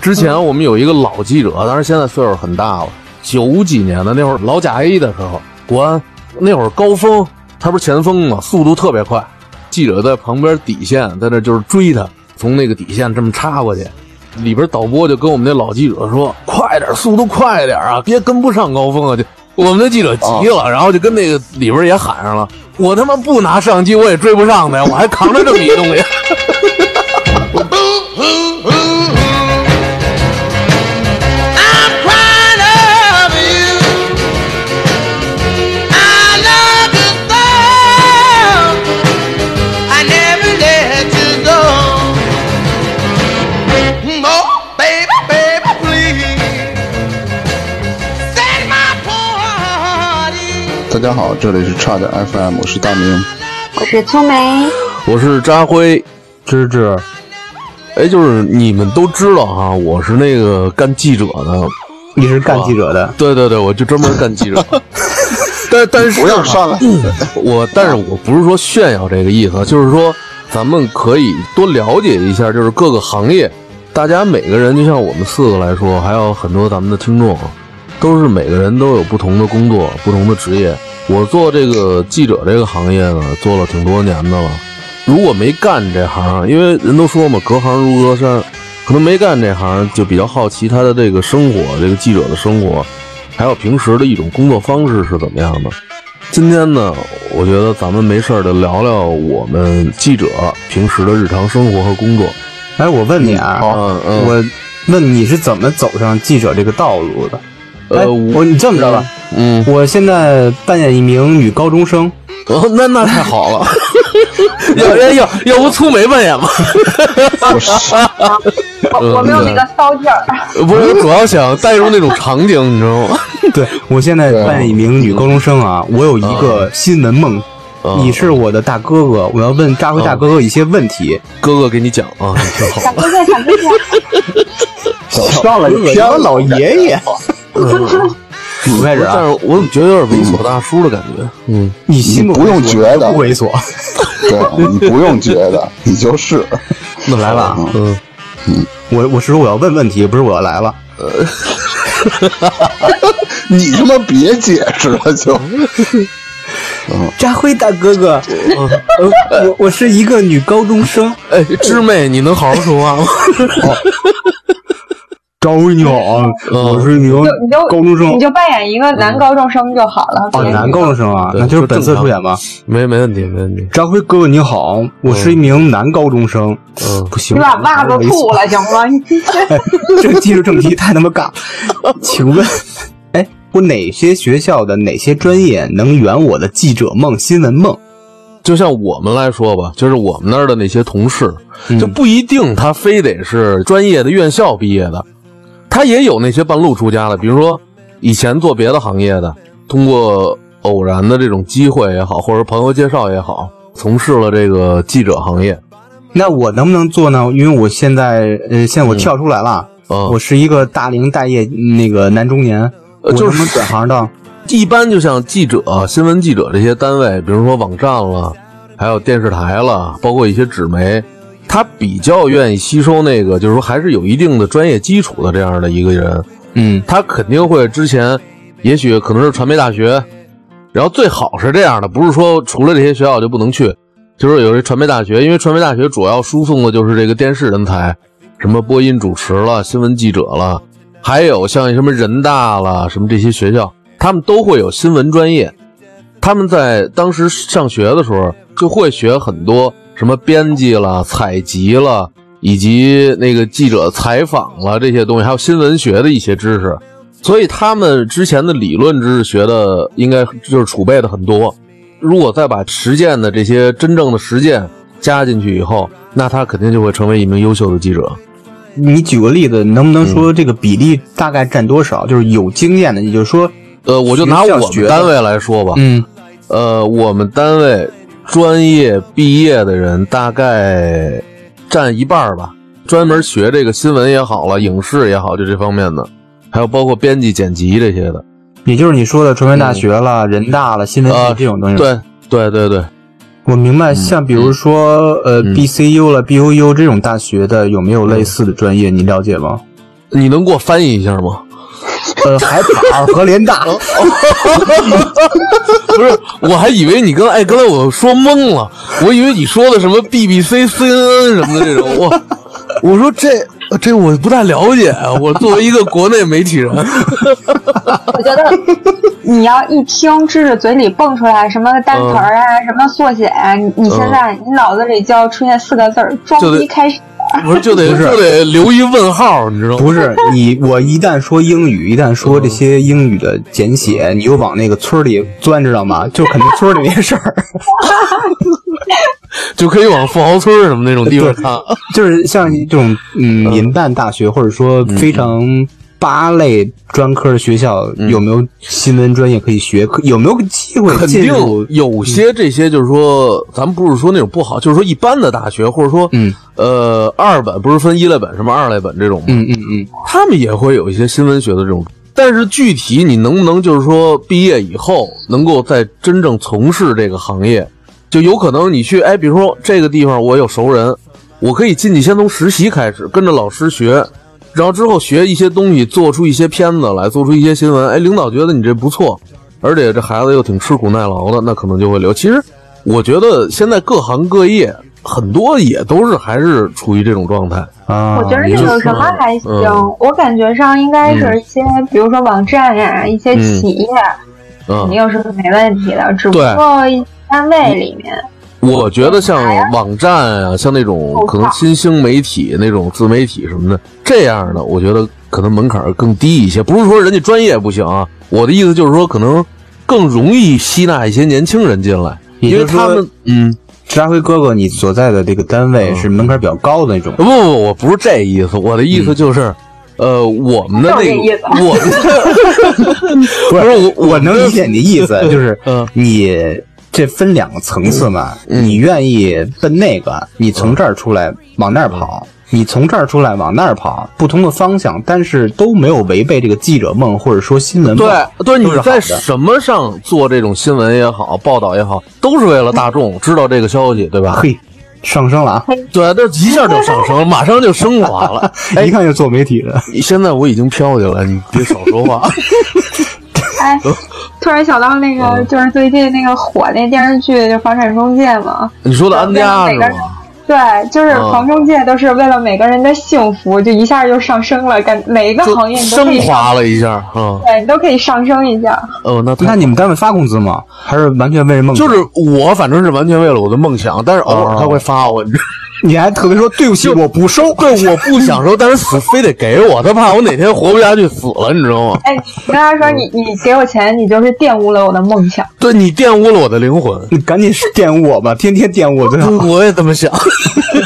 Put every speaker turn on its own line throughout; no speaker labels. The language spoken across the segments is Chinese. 之前我们有一个老记者，当然现在岁数很大了，九几年的那会儿老甲 A 的时候，国安那会儿高峰，他不是前锋嘛，速度特别快，记者在旁边底线，在那就是追他，从那个底线这么插过去。里边导播就跟我们那老记者说：“快点，速度快点啊，别跟不上高峰啊！”就我们那记者急了，然后就跟那个里边也喊上了：“我他妈不拿摄像机我也追不上他呀，我还扛着这么一东西。”
I'm crying over you. I love you so. I never let you go. Oh, baby, baby, please set my poor heart at
大家好，这里是差点 FM，我是大明。
ease.
我是粗梅，
我是扎辉，芝芝。哎，就是你们都知道哈、我是那个干记者的。
你是干记者的，
对对对，我就专门干记 者。但但是
不要上来，
我，但是我不是说炫耀这个意思，啊就是说咱们可以多了解一下，就是各个行业，大家每个人就像我们四个来说，还有很多咱们的听众，啊都是每个人都有不同的工作、不同的职业。我做这个记者这个行业呢，做了挺多年的了。如果没干这行，啊因为人都说嘛，隔行如隔山，可能没干这行就比较好奇他的这个生活，这个记者的生活，还有平时的一种工作方式是怎么样的。今天呢，我觉得咱们没事儿的聊聊我们记者平时的日常生活和工作。
哎，我问你啊，
嗯嗯，
我问你是怎么走上记者这个道路的？
呃
哎
我
我你这么着吧，
嗯，
我现在扮演一名女高中生，
哦，那那太好 了，要要要要不粗眉扮演吧？
我是
我我没有那个骚劲儿，
嗯不是，主要想带入那种场景，你知道吗？
对我现在扮演一名女高中生啊，我有一个新闻梦，
嗯
你是我的大哥哥，我要问扎辉大哥哥一些问题。
哥哥给你讲啊，你听好
想不见想不 见，
上了天了，老爷爷。我开始
但
啊，
是我怎么觉得有点猥琐大叔的感觉？嗯，
你心
你不用
猥琐
觉
我
得
不猥琐，
对，你不用觉得，你就是。
那来吧，
嗯，
我我是说我要问问题，不是我要来了。
你他妈别解释了就，
扎辉大哥 哥，呃我我是一个女高中生。
哎，师妹，你能好好说话吗？
扎辉你好啊，我是女
就你就
高中生
你。就扮演一个男高中生就好了。
哦，
别
男高中生啊，
对
那就是本
就正
色
常
出演吧。
没没问题，没问题。
张辉哥哥你好，我是一名男高中生。
嗯
不行，
你把袜
我
子
猥
吐
琐。
了行吗？你
哎这个技术正题太他妈尬。请问， 哎，我哪些学校的哪些专业能圆我的记者梦、新闻梦？
就像我们来说吧，就是我们那儿的那些同事，
嗯
就不一定他非得是专业的院校毕业的，他也有那些半路出家的，比如说以前做别的行业的，通过偶然的这种机会也好，或者朋友介绍也好，从事了这个记者行业。
那我能不能做呢？因为我现在，呃，现在我跳出来了，
嗯呃
我是一个大龄待业那个男中年，我
就是
能不能转行到？
一般就像记者、啊新闻记者这些单位，比如说网站了，还有电视台了，包括一些纸媒，他比较愿意吸收那个，就是说还是有一定的专业基础的这样的一个人。
嗯，
他肯定会之前，也许可能是传媒大学，然后最好是这样的，不是说除了这些学校就不能去，就是有这传媒大学，因为传媒大学主要输送的就是这个电视人才，什么播音主持了、新闻记者了，还有像什么人大了、什么这些学校，他们都会有新闻专业。他们在当时上学的时候就会学很多什么编辑了、采集了，以及那个记者采访了这些东西，还有新闻学的一些知识。所以他们之前的理论知识学的应该就是储备的很多。如果再把实践的这些真正的实践加进去以后，那他肯定就会成为一名优秀的记者。
你举个例子，能不能
嗯
说这个比例大概占多少？就是有经验的，也就是说，
呃，我就拿
学校
我
学
们
的
单位来说吧，
嗯，
呃，我们单位专业毕业的人大概占一半儿吧，专门学这个新闻也好了，影视也好，就这方面的，还有包括编辑、剪辑这些的。
也就是你说的传媒大学了、人大了、新闻
嗯呃
系这种东西。，
对，对，对，对，
我明白。像比如说，呃
嗯
，BCU 了、BOU 这种大学的，有没有类似的专业？你了解吗？
你能给我翻译一下 吗？
呃，海跑和联 大，
不是，我还以为你刚哎，刚才我说懵了，我以为你说的什么 BBC、CNN 什么的这种，我 我说这这我不太了解，啊我作为一个国内媒体人，
我觉得你要一听知识嘴里蹦出来什么单词儿
嗯
啊，什么缩写啊，你你现在你脑子里就要出现四个字儿“装
就得
逼开始
我说就得
不是
就得留一问号，你知道吗？
不是你，我一旦说英语，一旦说这些英语的简写，你又往那个村儿里钻，知道吗？就肯定村儿里那事儿，
就可以往富豪村什么那种地方看。
就是像这种嗯银弹大学，或者说
嗯
非常八类专科的学校，有没有新闻专业可以学？可有没有机会
嗯肯
进
定
入？
有些这些，就是说，咱们不是说那种不好，就是说一般的大学，或者说，
嗯，
呃，二本不是分一类本什么二类本这种吗？
嗯嗯嗯，
他们也会有一些新闻学的这种，但是具体你能不能就是说毕业以后能够再真正从事这个行业，就有可能你去哎，比如说这个地方我有熟人，我可以进去先从实习开始，跟着老师学，然后之后学一些东西，做出一些片子来，做出一些新闻，哎，领导觉得你这不错，而且这孩子又挺吃苦耐劳的，那可能就会留。其实我觉得现在各行各业很多也都是还是处于这种状态。
啊，
我觉得这
你
有
就嗯
什么还行，
嗯
我感觉上应该是一些，比如说网站呀、一些
嗯
企业，啊
嗯
肯，定是没问题的，只不
对
过一些单位里面，
我觉得像网站啊，像那种可能新兴媒体那种自媒体什么的这样的，我觉得可能门槛儿更低一些。不是说人家专业不行啊，我的意思就是说，可能更容易吸纳一些年轻人进来，
也
因
就
为
是说
他们嗯，
扎辉哥哥，你所在的这个单位是门槛比较高的那种
不不不，我不是这意思，我的意
嗯
思就是。呃，我们的那
就这意
个
思，
我 们的不是我，
我能理解你意思，就是
嗯
你这分两个层次嘛，你愿意奔那个，你从这儿出来往那儿跑，你从这儿出来往那儿跑，不同的方向，但是都没有违背这个记者梦或者说新闻梦。
对对，你
都是好
在
的
什么上做这种新闻也好，报道也好，都是为了大众知道这个消息，对吧？
嘿，上升了啊！
对，这一下就上升了，马上就升华了。
一看就做媒体的，
你现在我已经飘起来，你别少说 话。
哎，
嗯
突然想到那个，就是最近那个火那电视剧，就《房产中介》嘛，
你说的安家是
每个人
吗？
对，就是
嗯
房中介都是为了每个人的幸福，就一下就上升了，感每一个行
就
业你都可
升
以上，
华了一下啊！嗯
对你都可以上升一下。
哦，那
那
太
你们单位发工资吗？还是完全为梦？
就是我，反正是完全为了我的梦想，但是偶尔
哦
他会发我，你知道吗
你还特别说对不起，我不收。
对，我不想收，但是死非得给我，他怕我哪天活不下去死了，你知道吗？
哎，你跟他
嗯
说你你给我钱，你就是玷污了我的梦想。
对你玷污了我的灵魂，
你赶紧玷污我吧，天天玷污我最好。
我也这么想，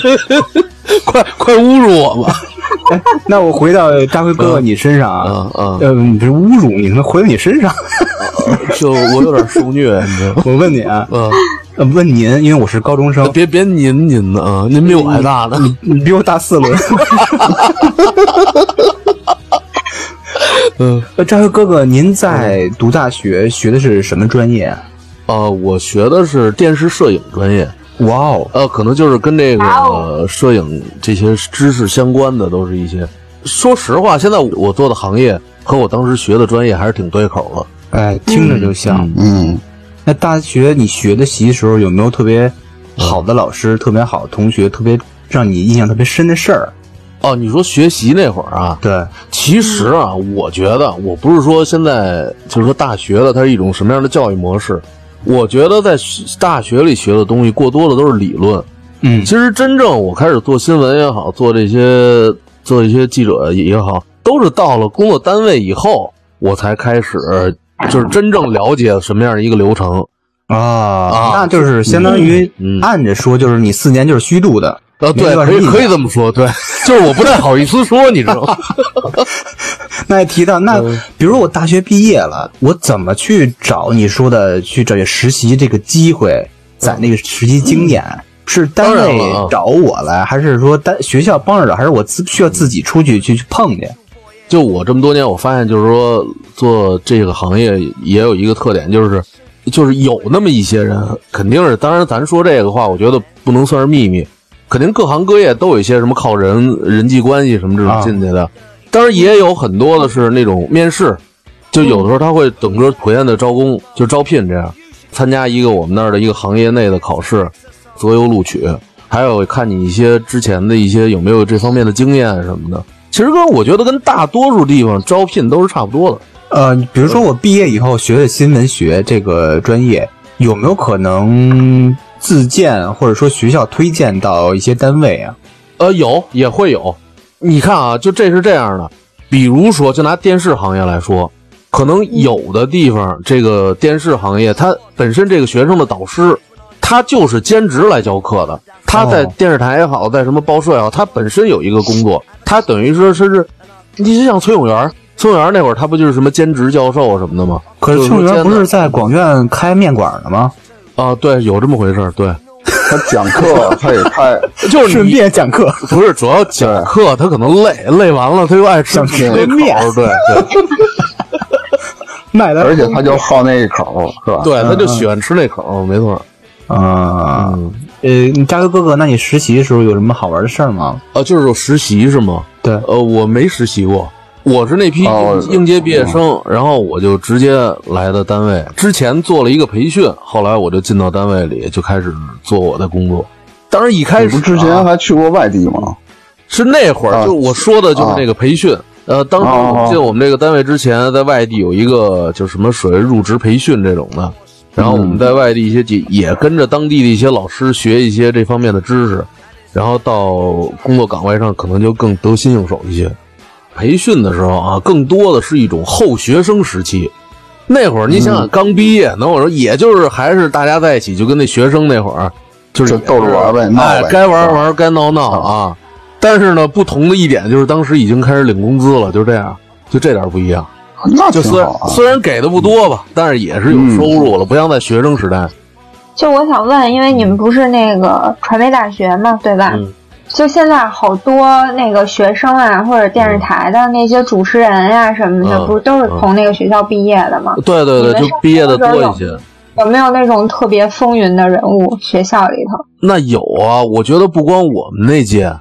快快侮辱我吧！
哎， 那我回到扎辉哥哥你身上啊
嗯，嗯
呃，你这侮辱，你他妈回到你身上。
就我有点受虐，你知道吗？
我问你啊，
嗯。
呃问您，因为我是高中生，
别别您您的啊，您比我还大呢。
你比我大四轮。
嗯，
呃，扎辉哥哥，您在读大学学的是什么专业啊？
呃，我学的是电视摄影专业，
哇哦，
呃，可能就是跟这个、
哇哦
呃摄影这些知识相关的，都是一些。说实话，现在我做的行业和我当时学的专业还是挺对口的。
哎，听着就像。
嗯，
那大学你学的习的时候，有没有特别好的老师、特别好的同学、特别让你印象特别深的事儿？
哦，你说学习那会儿啊，
对，
其实啊，
嗯
我觉得我不是说现在就是说大学的它是一种什么样的教育模式，我觉得在学大学里学的东西过多的都是理论，
嗯
其实真正我开始做新闻也好，做这些做一些记者也好，都是到了工作单位以后，我才开始就是真正了解什么样的一个流程。
啊，那就是相当于
嗯
按着说，就是你四年就是虚度的。
啊，
没
对，
多少
可以
印象
可以这么说，对， 就是我不太好意思说，你知道吗？
那也提到，那
嗯
比如我大学毕业了，我怎么去找你说的去找实习这个机会，攒那个实习经验？
嗯
是单
当然
位
了啊
找我来，还是说单学校帮着找，还是我自需要自己出去去去碰去？
就我这么多年，我发现就是说做这个行业也有一个特点，就是就是有那么一些人，肯定是，当然咱说这个话，我觉得不能算是秘密，肯定各行各业都有一些什么靠人人际关系什么这种
啊
进去的。当然也有很多的是那种面试，就有的时候他会整个回县的招工，就招聘这样，参加一个我们那儿的一个行业内的考试，择优录取，还有看你一些之前的一些有没有这方面的经验什么的。其实跟我觉得跟大多数地方招聘都是差不多的。
呃，比如说我毕业以后学的新闻学这个专业，有没有可能自荐或者说学校推荐到一些单位啊？
呃，有也会有。你看啊，就这是这样的，比如说，就拿电视行业来说，可能
嗯
有的地方这个电视行业，它本身这个学生的导师，他就是兼职来教课的，他在
哦
电视台也好，在什么报社也好，他本身有一个工作，他等于说是是，你就像崔永元，崔永元那会儿他不就是什么兼职教授什么的吗？
可是
就
庆
说
元
兼
不
的
是在广院开面馆呢吗？
啊，对，有这么回事儿，对，
他讲课他也开，
就是
顺
你
便讲 课，
不是主要讲课，他可能累，累完了他又爱吃
想
吃
吃
那口
面
儿，对对。
卖的，
而且他就好那一口，是吧？
对，他就喜欢吃那口儿，没错。
啊，呃，你嘉哥哥哥，那你实习的时候有什么好玩的事儿吗？
啊，就是有实习是吗？
对
呃，我没实习过，我是那批
哦
应应届毕业生，然后我就直接来的单位。之前做了一个培训，后来我就进到单位里，就开始做我的工作。当然一开
你
始
不
啊
之前还去过外地吗？
是那会儿，
啊哦
就是我说的就是那个培训。呃，当时我进我们这个单位之前，在外地有一个就是什么属于入职培训这种的，然后我们在外地一些也也跟着当地的一些老师学一些这方面的知识，然后到工作岗位上可能就更得心应手一些。培训的时候啊，更多的是一种后学生时期。那会儿你想
嗯
想刚毕业，那我说也就是还是大家在一起，就跟那学生那会儿啊就是
就
也
逗着
是
玩儿呗闹
哎
呗，
该玩儿
是吧
玩儿，该闹闹啊。但是呢，不同的一点就是当时已经开始领工资了，就这样，就这点不一样。
那
就
挺
虽然
好啊。
虽然给的不多吧，但是也是有
嗯
收入了，不像在学生时代。
就我想问，因为你们不是那个传媒大学嘛，对吧？
嗯
就现在好多那个学生啊，或者电视台的那些主持人呀、什么的，
嗯
不是都是从那个学校毕业的吗？
对对对，
你们
就是毕业的
初中
多一
有
些。
有没有那种特别风云的人物？学校里头，
那有啊，我觉得不光我们那届，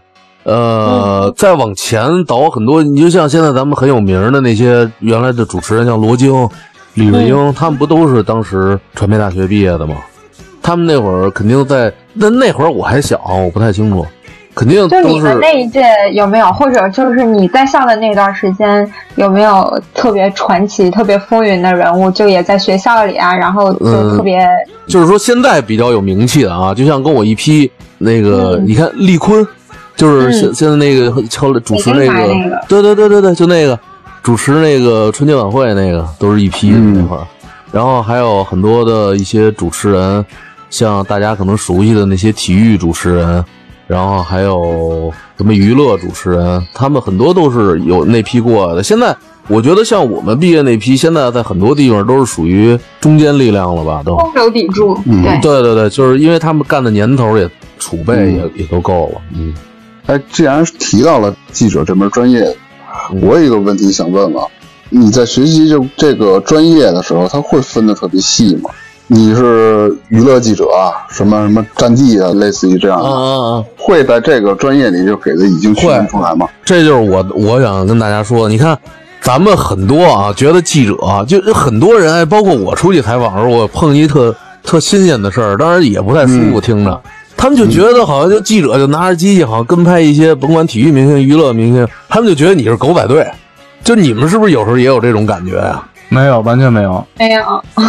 呃，
嗯
再往前倒很多，你就像现在咱们很有名的那些原来的主持人，像罗京、李瑞英，
嗯
他们不都是当时传媒大学毕业的吗？他们那会儿肯定在，那那会儿我还小，我不太清楚，肯定
就你
都
们
是
那一届有没有，或者就是你在校的那段时间有没有特别传奇、特别风云的人物？就也在学校里啊，然后就特别、
就是说现在比较有名气的啊，就像跟我一批那个，
嗯
你看丽坤，就是
嗯
现现在那个后来主持那
北京台
个，
那个
对对对对对，就那个主持那个春节晚会那个，都是一批的
嗯
那会儿，然后还有很多的一些主持人，像大家可能熟悉的那些体育主持人，然后还有什么娱乐主持人，他们很多都是有那批过来的。现在我觉得像我们毕业那批，现在在很多地方都是属于中坚力量了吧，都。
风流砥柱。
嗯
对，
对对对，就是因为他们干的年头也储备
嗯
也、也都够了，嗯，
哎，既然提到了记者这门专业，
嗯
我有一个问题想问问，你在学习这这个专业的时候，他会分的特别细吗？你是娱乐记者啊，什么什么战地啊，类似于这样的，
啊啊！
会在这个专业里就给的已经区分出来吗？
这就是我我想跟大家说的，你看。咱们很多啊，觉得记者啊就很多人，哎包括我出去采访的时候，我碰一特特新鲜的事儿，当然也不太舒服听着。他们就觉得好像就记者就拿着机器，好像跟拍一些甭管体育明星、娱乐明星，他们就觉得你是狗仔队。就你们是不是有时候也有这种感觉啊呀、
没有，完全没有。
没有。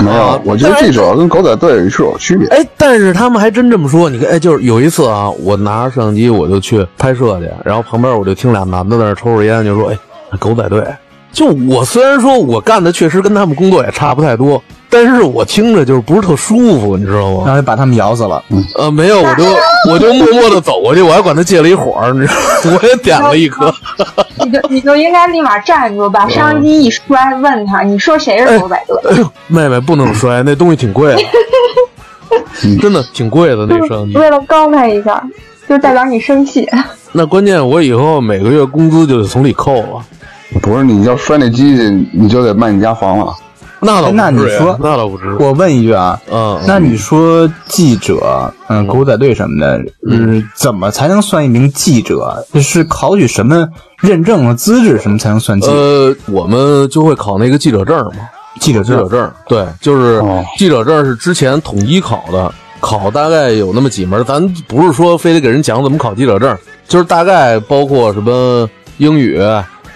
没有，我觉得记者跟狗仔队是有区别。
哎，但是他们还真这么说。你看，哎，就是有一次啊，我拿着摄像机我就去拍摄去，然后旁边我就听俩男的在那抽着烟，就说：“哎，狗仔队。”就我虽然说我干的确实跟他们工作也差不太多，但是我听着就是不是特舒服，你知道吗？
然后就把他们咬死了。
呃，没有，我就我就默默的走过去，我还管他借了一火儿，你知道吗，我也点了一颗。
你就你就应该立马站住，把摄像机一摔，问他，你说谁是狗仔队？
哎呦，妹妹不能摔，那东西挺贵的，真的挺贵的那摄嗯像机。
为了告他一下，就代表你生气。
那关键我以后每个月工资就得从里扣了。
不是，你要摔那机器，你就得卖你家房了。
那倒
那
不
你
至于
说
那倒不至于。
我问一句啊，
嗯，
那你说记者，嗯，狗仔队什么的，嗯，怎么才能算一名记者？是考取什么认证和资质，什么才能算记
呃，我们就会考那个记者证嘛，
记者
记者
证？
证，对，就是
哦
记者证是之前统一考的，考大概有那么几门，咱不是说非得给人讲怎么考记者证，就是大概包括什么英语、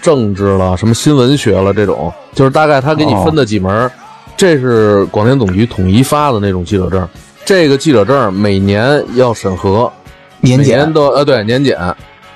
政治了、什么新闻学了这种，就是大概他给你分
哦
的几门，这是广电总局统一发的那种记者证，这个记者证每年要审核，
年
每
检
年都呃对年检，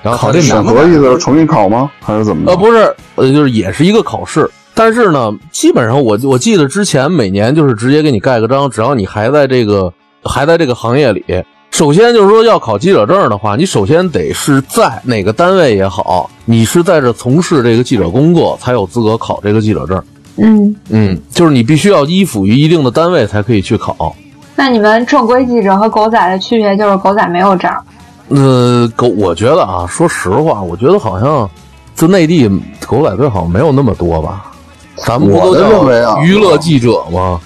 然后
考
它
这
是
两
审
个
核意思是重新考吗？还是怎么着？
呃，不是，呃，就是也是一个考试，但是呢，基本上我我记得之前每年就是直接给你盖个章，只要你还在这个还在这个行业里，首先就是说要考记者证的话，你首先得是在哪个单位也好，你是在这从事这个记者工作才有资格考这个记者证。
嗯，
嗯，就是你必须要依附于一定的单位才可以去考。
那你们正规记者和狗仔的区别就是狗仔没有证儿，
呃，狗，我觉得啊，说实话，我觉得好像就内地狗仔队好像没有那么多吧。咱们不都
我的认为啊嗯
叫娱乐记者吗？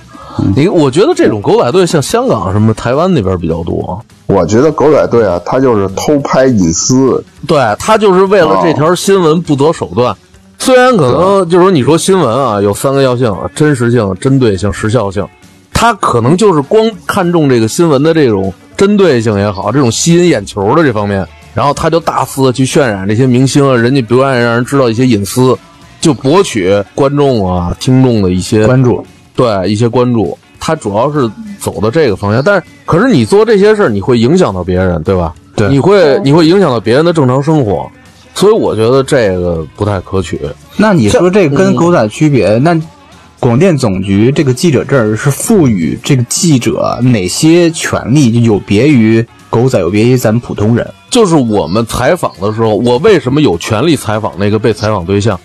你我觉得这种狗仔队像香港什么、台湾那边比较多。
我觉得狗仔队啊，他就是偷拍隐私，
对他就是为了这条新闻不择手段。虽然可能哦就是说你说新闻啊有三个要性：真实性、针对性、时效性。他可能就是光看重这个新闻的这种针对性也好，这种吸引眼球的这方面，然后他就大肆的去渲染这些明星啊，人家不愿意让人知道一些隐私，就博取观众啊、听众的一些
关注
对一些关注。他主要是走的这个方向，但是可是你做这些事儿，你会影响到别人，对吧？
对
你会你会影响到别人的正常生活，所以我觉得这个不太可取。
那你说这跟
嗯
狗仔区别？那广电总局这个记者证是赋予这个记者哪些权利？就有别于狗仔，有别于咱们普通人。
就是我们采访的时候，我为什么有权利采访那个被采访对象？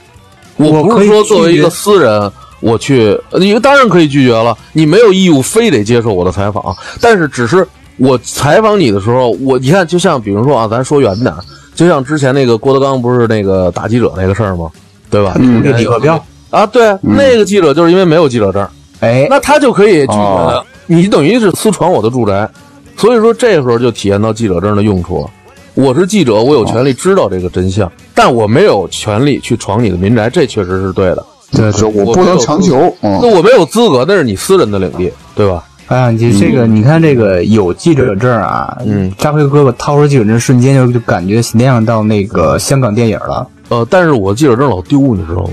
我
我
不
可
是
以
说
拒
作为一个
绝
私人，我去，你当然可以拒绝了，你没有义务非得接受我的采访，啊但是只是我采访你的时候，我你看，就像比如说啊，咱说远点儿，就像之前那个郭德纲不是那个打记者那个事儿吗？对吧？
嗯
这李克标，
啊，对，
嗯
那个记者就是因为没有记者证，
哎，
那他就可以拒绝
哦
了。你等于是私闯我的住宅，所以说这时候就体验到记者证的用处了。我是记者，我有权利知道这个真相，但我没有权利去闯你的民宅，这确实是对的。
对
就
对，
我不能强求。
那
嗯，
我没有资格，那是你私人的领地，对吧？
哎呀，你这个，你看这个有记者证啊，
嗯，
扎辉哥哥掏出记者证，瞬间就就感觉联想到那个香港电影了。
呃，但是我记者证老丢，你知道吗？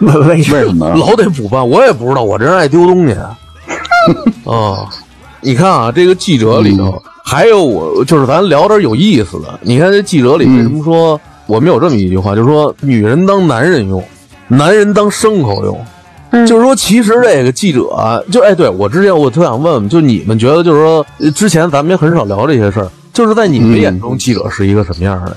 为为什
为什么呢？
老得补办，我也不知道，我这人爱丢东西。啊、你看啊，这个记者里头、还有我，就是咱聊点有意思的。你看这记者里为什么说、我们有这么一句话，就是说女人当男人用，男人当牲口用。
嗯
就是说，其实这个记者啊，就哎，对我之前我特想问问，就你们觉得，就是说呃之前咱们也很少聊这些事儿，就是在你们
嗯
眼中，记者是一个什么样的呀？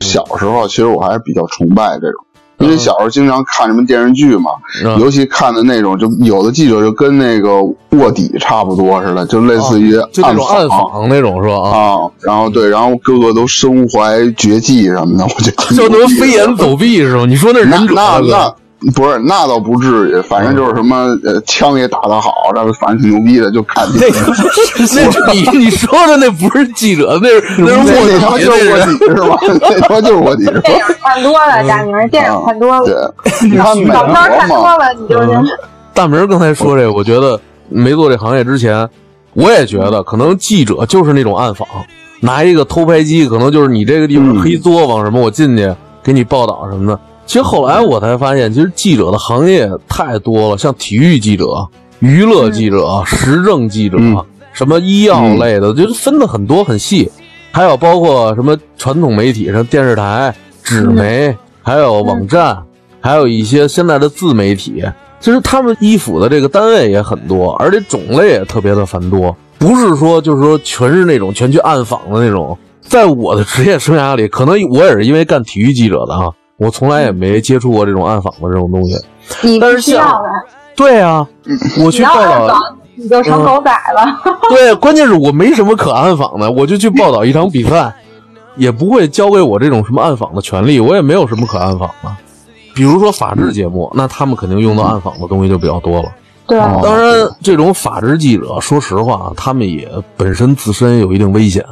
小时候其实我还是比较崇拜这种，因为小时候经常看什么电视剧嘛，
嗯
尤其看的那种，就有的记者就跟那个卧底差不多似的，就类似于
哦就那种暗
访
访嗯那种是吧？啊，
啊。然后对，然后个个都身怀绝技什么的， 我觉 得
就那
牛
种
逼
飞檐走壁是吧？你说那是
那
忍者
那
对吧
那不是，那倒不至于，反正就是什么呃，枪也打得好，这个反正挺牛逼的，就看你。
那个
那你你说的那不是记者，那是那
那
是卧
那他妈
底，
就
那
是卧
是
底 是吧？那他妈就是卧底是吧
电？影看多了，大明儿电影看多了，
对，你看美
广
国
告看多
嘛，
了，你就是
嗯 大明儿刚才说这个，我觉得没做这行业之前，我也觉得可能记者就是那种暗访，拿一个偷拍机，可能就是你这个地方黑作坊什么，我进去给你报道什么的。其实后来我才发现，其实记者的行业太多了，像体育记者、娱乐记者、时政记者，
嗯
什么医药类的，就是分的很多很细，还有包括什么传统媒体，像电视台、纸
嗯
媒，还有网站，还有一些现在的自媒体，就是他们依附的这个单位也很多，而且种类也特别的繁多，不是说就是说全是那种全去暗访的那种。在我的职业生涯里，可能我也是因为干体育记者的啊，我从来也没接触过这种暗访的这种东西。
你
但是
必须要的，
对啊，我
你
去
要
报
暗
道
访，你就
嗯
成狗仔 了。
对，关键是我没什么可暗访的，我就去报道一场比赛，也不会交给我这种什么暗访的权利，我也没有什么可暗访的。比如说法制节目，那他们肯定用到暗访的东西就比较多了。
对吧？
哦
当然，这种法制记者，说实话，啊他们也本身自身有一定危险。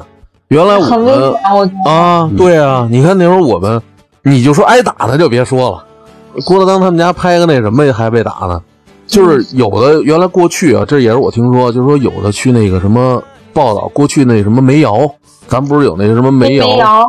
原来我
很危
们
险，我觉得。
啊，对啊，你看那会儿我们，你就说挨打的就别说了，郭德纲他们家拍个那什么还被打呢，就是有的原来过去啊，这也是我听说，就是说有的去那个什么报道，过去那什么煤窑，咱不是有那个什么煤
没
窑，啊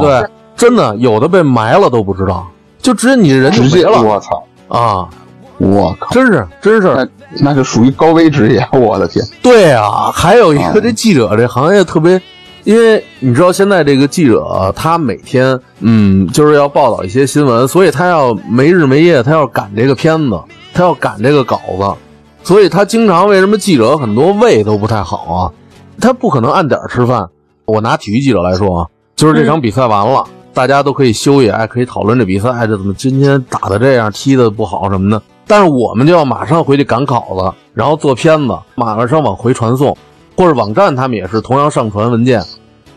对对，真的有的被埋了都不知道，就直接你人就
直
没
接
了
我操，
啊，
我靠，
真是真是，
那那就属于高危职业， 我的天，
对啊，还有一
啊
个这记者这行业特别，因为你知道现在这个记者啊他每天嗯就是要报道一些新闻，所以他要没日没夜，他要赶这个片子，他要赶这个稿子，所以他经常为什么记者很多胃都不太好啊？他不可能按点儿吃饭。我拿体育记者来说啊，就是这场比赛完了，嗯大家都可以休息，哎，可以讨论这比赛，哎，这怎么今天打的这样，踢的不好什么的。但是我们就要马上回去赶稿子，然后做片子，马上往回传送，或者网站他们也是同样上传文件。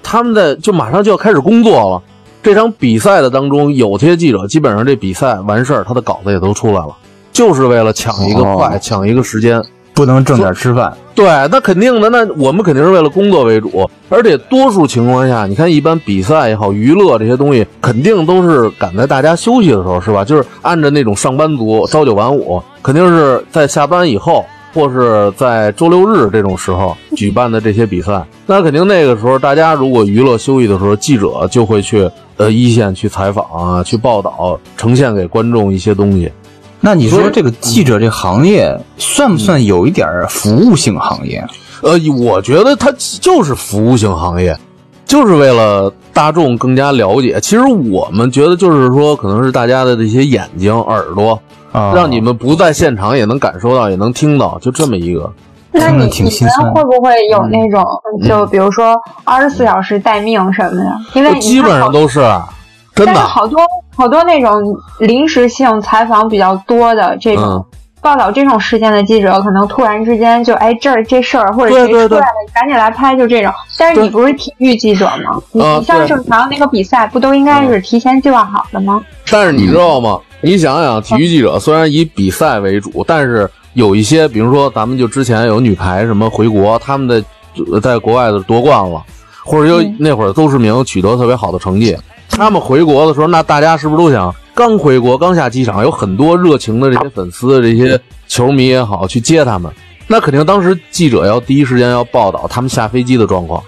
他们在就马上就要开始工作了。这场比赛的当中，有些记者基本上这比赛完事儿，他的稿子也都出来了，就是为了抢一个快，
哦
抢一个时间。
不能正点吃饭，
对，那肯定的，那我们肯定是为了工作为主，而且多数情况下，你看一般比赛也好，娱乐这些东西，肯定都是赶在大家休息的时候，是吧？就是按着那种上班族朝九晚五，肯定是在下班以后，或是在周六日这种时候举办的这些比赛。那肯定那个时候，大家如果娱乐休息的时候，记者就会去呃一线去采访啊，去报道，呈现给观众一些东西。
那你
所
说
以
这个记者这行业算不算有一点儿服务性行业？
呃，我觉得它就是服务性行业，就是为了大众更加了解。其实我们觉得就是说，可能是大家的这些眼睛、耳朵，
啊
让你们不在现场也能感受到，也能听到，就这么一个。
那
真的
你
挺
你
心酸
们会不会
嗯
有那种，就比如说二十四小时待命什么的？因为你看
呃基本上
好
都是啊真
但是
的，
好多好多那种临时性采访比较多的这种。
嗯
报道这种事件的记者，可能突然之间就哎这儿这事儿或者
对
谁
对
出
对
来了，赶紧来拍，就这种。但是你不是体育记者吗？你
啊
你像
对嗯
正常那个比赛，不都应该是提前计划好的吗？
但是你知道吗？你想想，体育记者虽然以比赛为主，但是有一些，比如说咱们就之前有女排什么回国，他们在在国外的夺冠了，或者就
嗯
那会儿邹市明取得特别好的成绩，他们回国的时候，那大家是不是都想刚回国刚下机场，有很多热情的这些粉丝、这些球迷也好去接他们？那肯定当时记者要第一时间要报道他们下飞机的状况。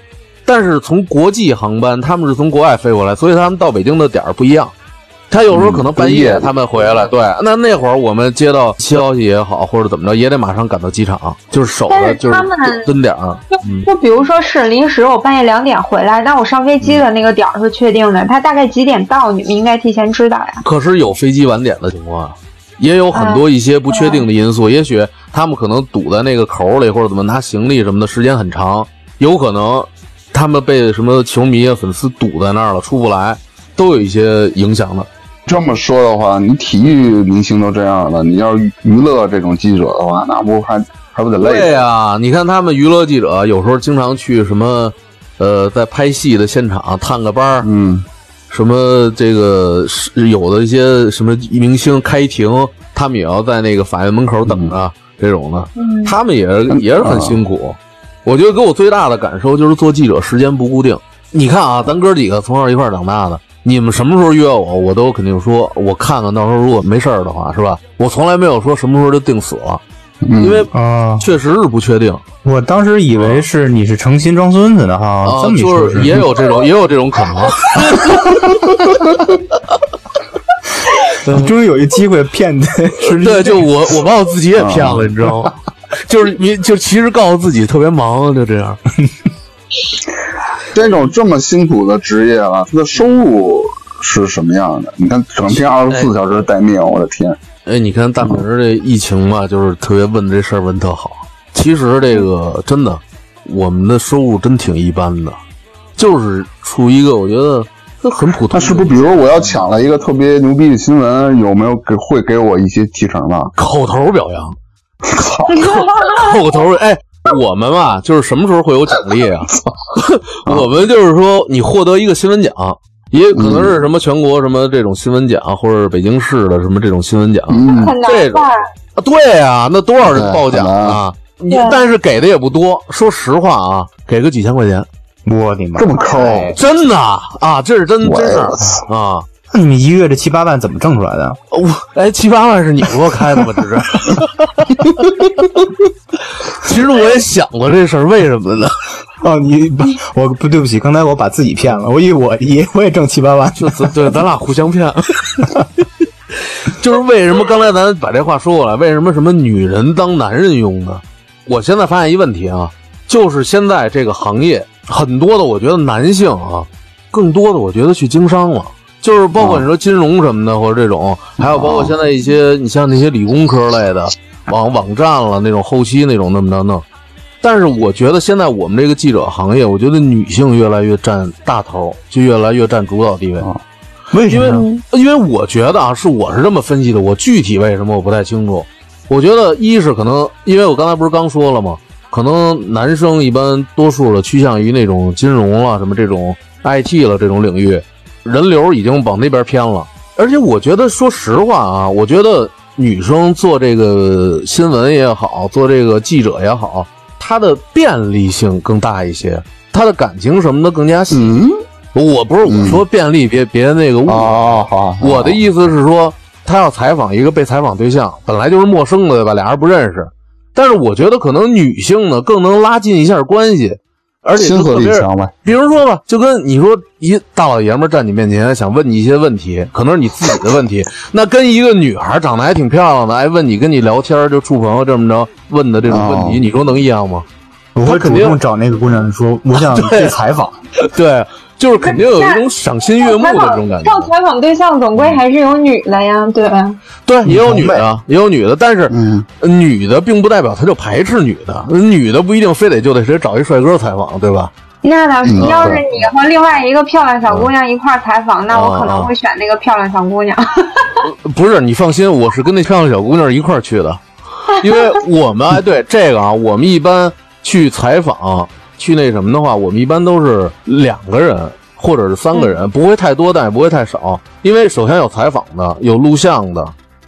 但是从国际航班，他们是从国外飞过来，所以他们到北京的点儿不一样。他有时候可能半夜
嗯
他们回来，对，那那会儿我们接到消息也好，或者怎么着，也得马上赶到机场，就是守
但
着
是
就是
他们
蹲点儿。啊
就就比如说是临时，我半夜两点回来，但我上飞机
嗯
的那个点儿是确定的，他大概几点到，你们应该提前知道呀。
可是有飞机晚点的情况啊，也有很多一些不确定的因素，也许他们可能堵在那个口里，或者怎么拿行李什么的，时间很长，有可能他们被什么球迷啊、粉丝堵在那儿了，出不来，都有一些影响的。
这么说的话，你体育明星都这样了，你要是娱乐这种记者的话，那不还还不得累？
对呀、你看他们娱乐记者有时候经常去什么，呃，在拍戏的现场探个班儿，
嗯，
什么这个是有的一些什么明星开庭，他们也要在那个法院门口等着、这种的，
嗯
他们也也是很辛苦。我觉得给我最大的感受就是做记者时间不固定。你看啊，咱哥几个从小一块儿长大的，你们什么时候约我，我都肯定说，我看看到时候如果没事儿的话，是吧？我从来没有说什么时候就定死了，
嗯
因为
啊，
确实是不确定。
我当时以为是你是诚心装孙子呢哈，
啊
这，么一说
就是 也有这种，也有这种可能。
你终于有一机会骗的 是
对，就我我把我自己也骗了，你知道吗？就是你就其实告诉自己特别忙，就这样。
这种这么辛苦的职业了，他的收入是什么样的？你看整天二十四小时待命，我的天！
哎，你看大明儿这疫情嘛，就是特别问这事儿问特好。其实这个真的，我们的收入真挺一般的，就是处于一个我觉得这很普通
那
的。
是不是比如我要抢了一个特别牛逼的新闻，有没有给会给我一些提成吧？
口头表扬？口头哎，我们啊 嘛，就是什么时候会有奖励啊？我们就是说，你获得一个新闻奖，也有可能是什么全国什么这种新闻奖，啊或者是北京市的什么这种新闻奖
嗯，
很
这
难
种
吧？
啊。对啊，那多少人报奖啊？你
对
但是给的也不多，说实话啊，给个几千块钱，
我的妈！
这么抠，
真的啊，这是真
我
真事儿
我操
啊。
那你们一个月这七八万怎么挣出来的？
我哎，七八万是你给我开的吗？这是。 其实我也想过这事儿，为什么呢？啊
哦，你不，我不对不起，刚才我把自己骗了，我以为我也我也挣七八万，
就咱对，咱俩互相骗。 就是为什么刚才咱把这话说过来，为什么什么女人当男人用呢？我现在发现一问题啊，就是现在这个行业很多的，我觉得男性啊，更多的我觉得去经商了，就是包括你说金融什么的，或者这种，还有包括现在一些你像那些理工科类的网网站了那种后期那种那么着弄。但是我觉得现在我们这个记者行业，我觉得女性越来越占大头，就越来越占主导地位。
为什
因
么
为
呢？
因为我觉得啊，是我是这么分析的，我具体为什么我不太清楚。我觉得一是可能，因为我刚才不是刚说了吗？可能男生一般多数的趋向于那种金融啊了、什么这种 IT 了这种领域，人流已经往那边偏了。而且我觉得，说实话啊，我觉得女生做这个新闻也好，做这个记者也好，她的便利性更大一些，她的感情什么的更加细。
嗯，
我不是我
嗯
说便利，别别那个误会啊
哦，好，
我的意思是说，他要采访一个被采访对象，本来就是陌生的，对吧？俩人不认识，但是我觉得可能女性呢更能拉近一下关系，而且
亲
就
和
特
力
别是，
强呗，
比如说吧，就跟你说一大老爷们儿站你面前想问你一些问题，可能是你自己的问题，那跟一个女孩长得还挺漂亮的，哎，问你跟你聊天儿就处朋友这么着问的这种问题，
哦
你说能一样吗？
我
他
会
肯
主
定
动找那个姑 娘说，我想
对啊
去采访。
对，就是肯定有一种赏心悦目的这种感觉。嗯
受采访对象总归还是有女的呀，对吧？
对，也有女的，也有女的，但是
嗯，
呃女的并不代表她就排斥女的，呃女的不一定非得就得谁找一帅哥采访，对吧？
那倒是，
嗯
要是你和另外一个漂亮小姑娘一块儿采访，那我可
嗯
能会选那个漂亮小姑娘。
不是，你放心，我是跟那漂亮小姑娘一块儿去的，因为我们哎，对这个啊，我们一般去采访去那什么的话，我们一般都是两个人或者是三个人，不会太多，但也不会太少，因为首先有采访的，有录像的，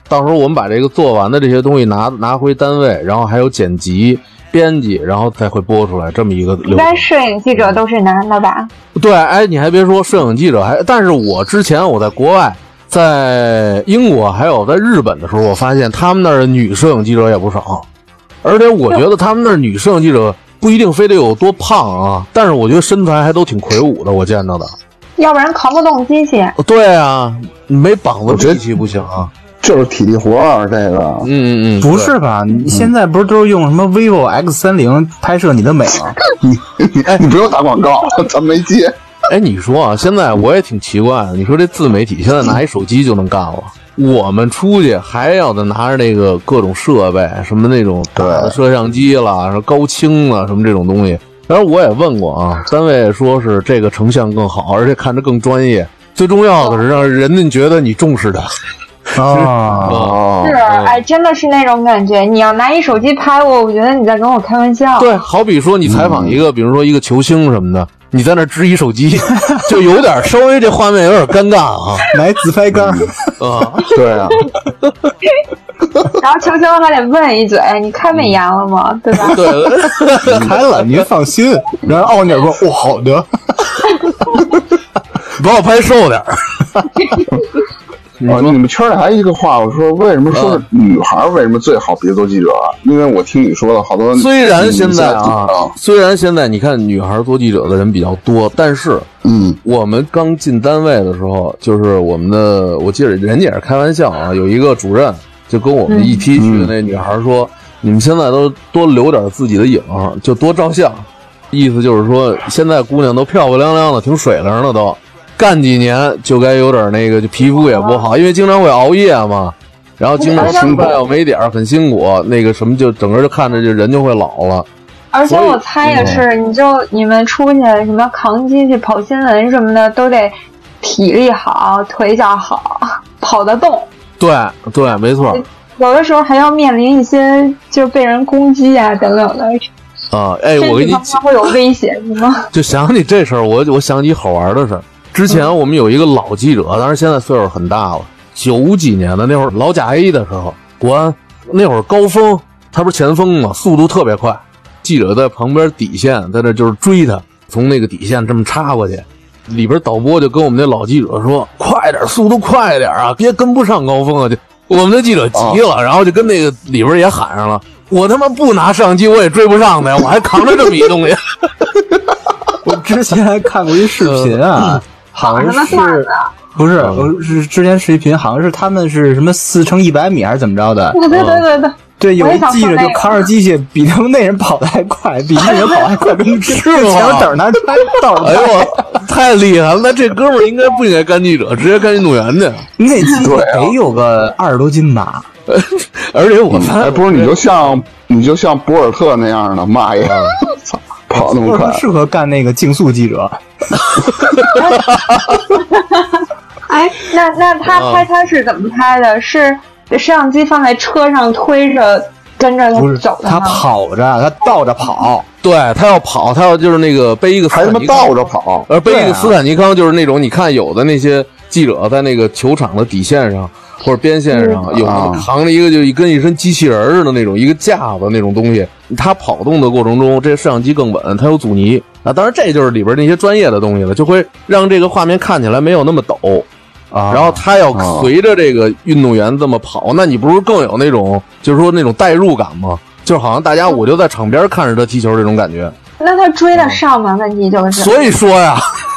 到时候我们把这个做完的这些东西拿拿回单位，然后还有剪辑、编辑，然后再会播出来这么一个
一
流程
般。摄影记者都是男的吧？
对，哎，你还别说，摄影记者还，但是我之前我在国外，在英国还有在日本的时候，我发现他们那儿的女摄影记者也不少，而且我觉得他们那儿女摄影记者不一定非得有多胖啊，但是我觉得身材还都挺魁梧的，我见到的。
要不然扛不动机器。
对啊，没膀
我觉
子
得
力气不行啊。
就是体力活儿这个，
嗯嗯嗯，
不是吧？你现在不是都是用什么 vivo X 三零拍摄你的美 吗？
你 你不用打广告，咱没接，
哎，你说啊，现在我也挺奇怪的。你说这自媒体现在拿一手机就能干了，我们出去还要得拿着那个各种设备，什么那种大的摄像机啦，什么高清啦，什么这种东西。当然我也问过啊，单位说是这个成像更好，而且看着更专业。最重要的是让人家觉得你重视它。
啊，
哦
是，哎，真的是那种感觉。你要拿一手机拍我，我觉得你在跟我开玩笑。
对，好比说你采访一个，比如说一个球星什么的，你在那儿支一手机，就有点稍微这画面有点尴尬啊
来自拍杆儿，
啊。
对啊，
然后球星还得问一嘴，哎你开
嗯
美颜了吗？对吧？
对，嗯
开了，您放心。然后奥尼尔说：“哦，好的。
把我拍瘦点儿。
哦，你们圈里还有一个话，我说为什么说是
嗯
女孩儿为什么最好别做记者啊？因为我听你说了好多女性记
虽
者，
然现在啊，虽然现在你看女孩做记者的人比较多，但是
嗯，
我们刚进单位的时候，就是我们的，我记得人家也是开玩笑 啊，有一个主任就跟我们一批去的那女孩说：“你们现在都多留点自己的影儿，就多照相。”意思就是说，现在姑娘都漂漂亮亮的，挺水灵的都，干几年就该有点那个，就皮肤也不好，因为经常会熬夜嘛，然后经常吃饭又没点儿，很辛苦，那个什么就整个就看着就人就会老了。
而且我猜也是，
嗯
你就你们出去什么扛机器、跑新闻什么的，都得体力好、腿脚好、跑得动。
对对，没错。
有的时候还要面临一些就被人攻击啊等等的，
啊，哎，
身
我给
体
你
方面会有威胁，是吗？
就想起这事儿，我我想起好玩的事儿。之之前我们有一个老记者，当然现在岁数很大了，九几年的那会儿老甲 A 的时候，国安那会儿高峰，他不是前锋嘛，速度特别快，记者在旁边底线，在那就是追他，从那个底线这么插过去，里边导播就跟我们那老记者说：“快点，速度快点啊，别跟不上高峰啊！”就我们的记者急了，然后就跟那个里边也喊上了：“我他妈不拿相机我也追不上他呀，我还扛着这么一东西。”
我之前还看过一视频
呃
啊， 好
绑什
像
么段
是
子啊？
不是？我是之前视频好像是他们是什么四乘一百米还是怎么着的？
对
嗯
对对对对，
对，有
我
一
也想
记
说
者
那
就
个
扛着机器，比他们那人跑得还快，比那人跑得还快，跟
是
跟
吗
前面等着拿拿道
哎
儿
呦
拍。，
太厉害了！那这哥们儿应该不应该干记者，直接干运动员去。
你那机器得有个二十多斤吧？
而且我发
哎，不是，你就像你就像博尔特那样的，妈呀，
嗯
操，跑那么
或者
快
说，适合干那个竞速记者，
哎，那那他
啊
拍他是怎么拍的？是摄像机放在车上推着跟着
不是
他走的
他
吗？
跑着，他倒着跑，
对他要跑，他要就是那个背一个斯
还他
坦
妈
尼康，
倒着跑，
而背一
对
个
啊
斯坦尼康就是那种你看有的那些记者在那个球场的底线上或者边线上有
啊
扛着一个就跟一身机器人儿似的那种一个架子那种东西，他跑动的过程中，这摄像机更稳，它有阻尼啊。当然这就是里边那些专业的东西了，就会让这个画面看起来没有那么抖。
啊
然后他要
哦
随着这个运动员这么跑，那你不是更有那种就是说那种代入感吗？就是好像大家我就在场边看着他踢球这种感觉。
那他追得上吗？问题就是，
嗯所以说呀，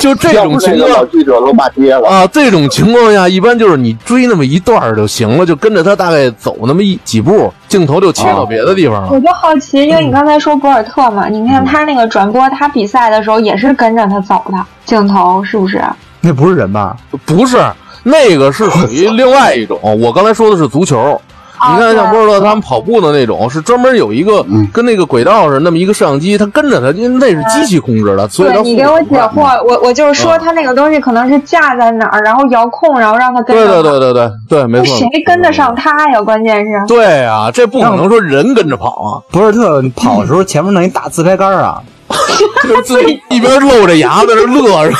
就这
要
种
不这
情
个老
况
记者都骂街 了。
啊，这种情况下一般就是你追那么一段儿就行了，就跟着他大概走那么一几步，镜头就切到别的地方了。
我就好奇，因为
嗯
你刚才说博尔特嘛，你看他那个转播他比赛的时候也是跟着他走的，镜头是不是？
那不是人吧？
不是，那个是属于另外一种。我刚才说的是足球。
啊
你看，像波尔特他们跑步的那种，是专门有一个跟那个轨道似的那么一个摄像机，它跟着它，因为那是机器控制的，所以它
对
速
你
度
给我
很
解
快
惑，我我就
嗯
是说他那个东西可能是架在哪儿，然后遥控，然后让他跟
对
着跑。
对对对对对，没
那
错。
谁跟得上他呀？关键是，
对啊，这不可能说人跟着跑 啊，
博尔特跑的时候前面弄一大自拍杆儿啊，
就是自己一边露着牙在这乐着。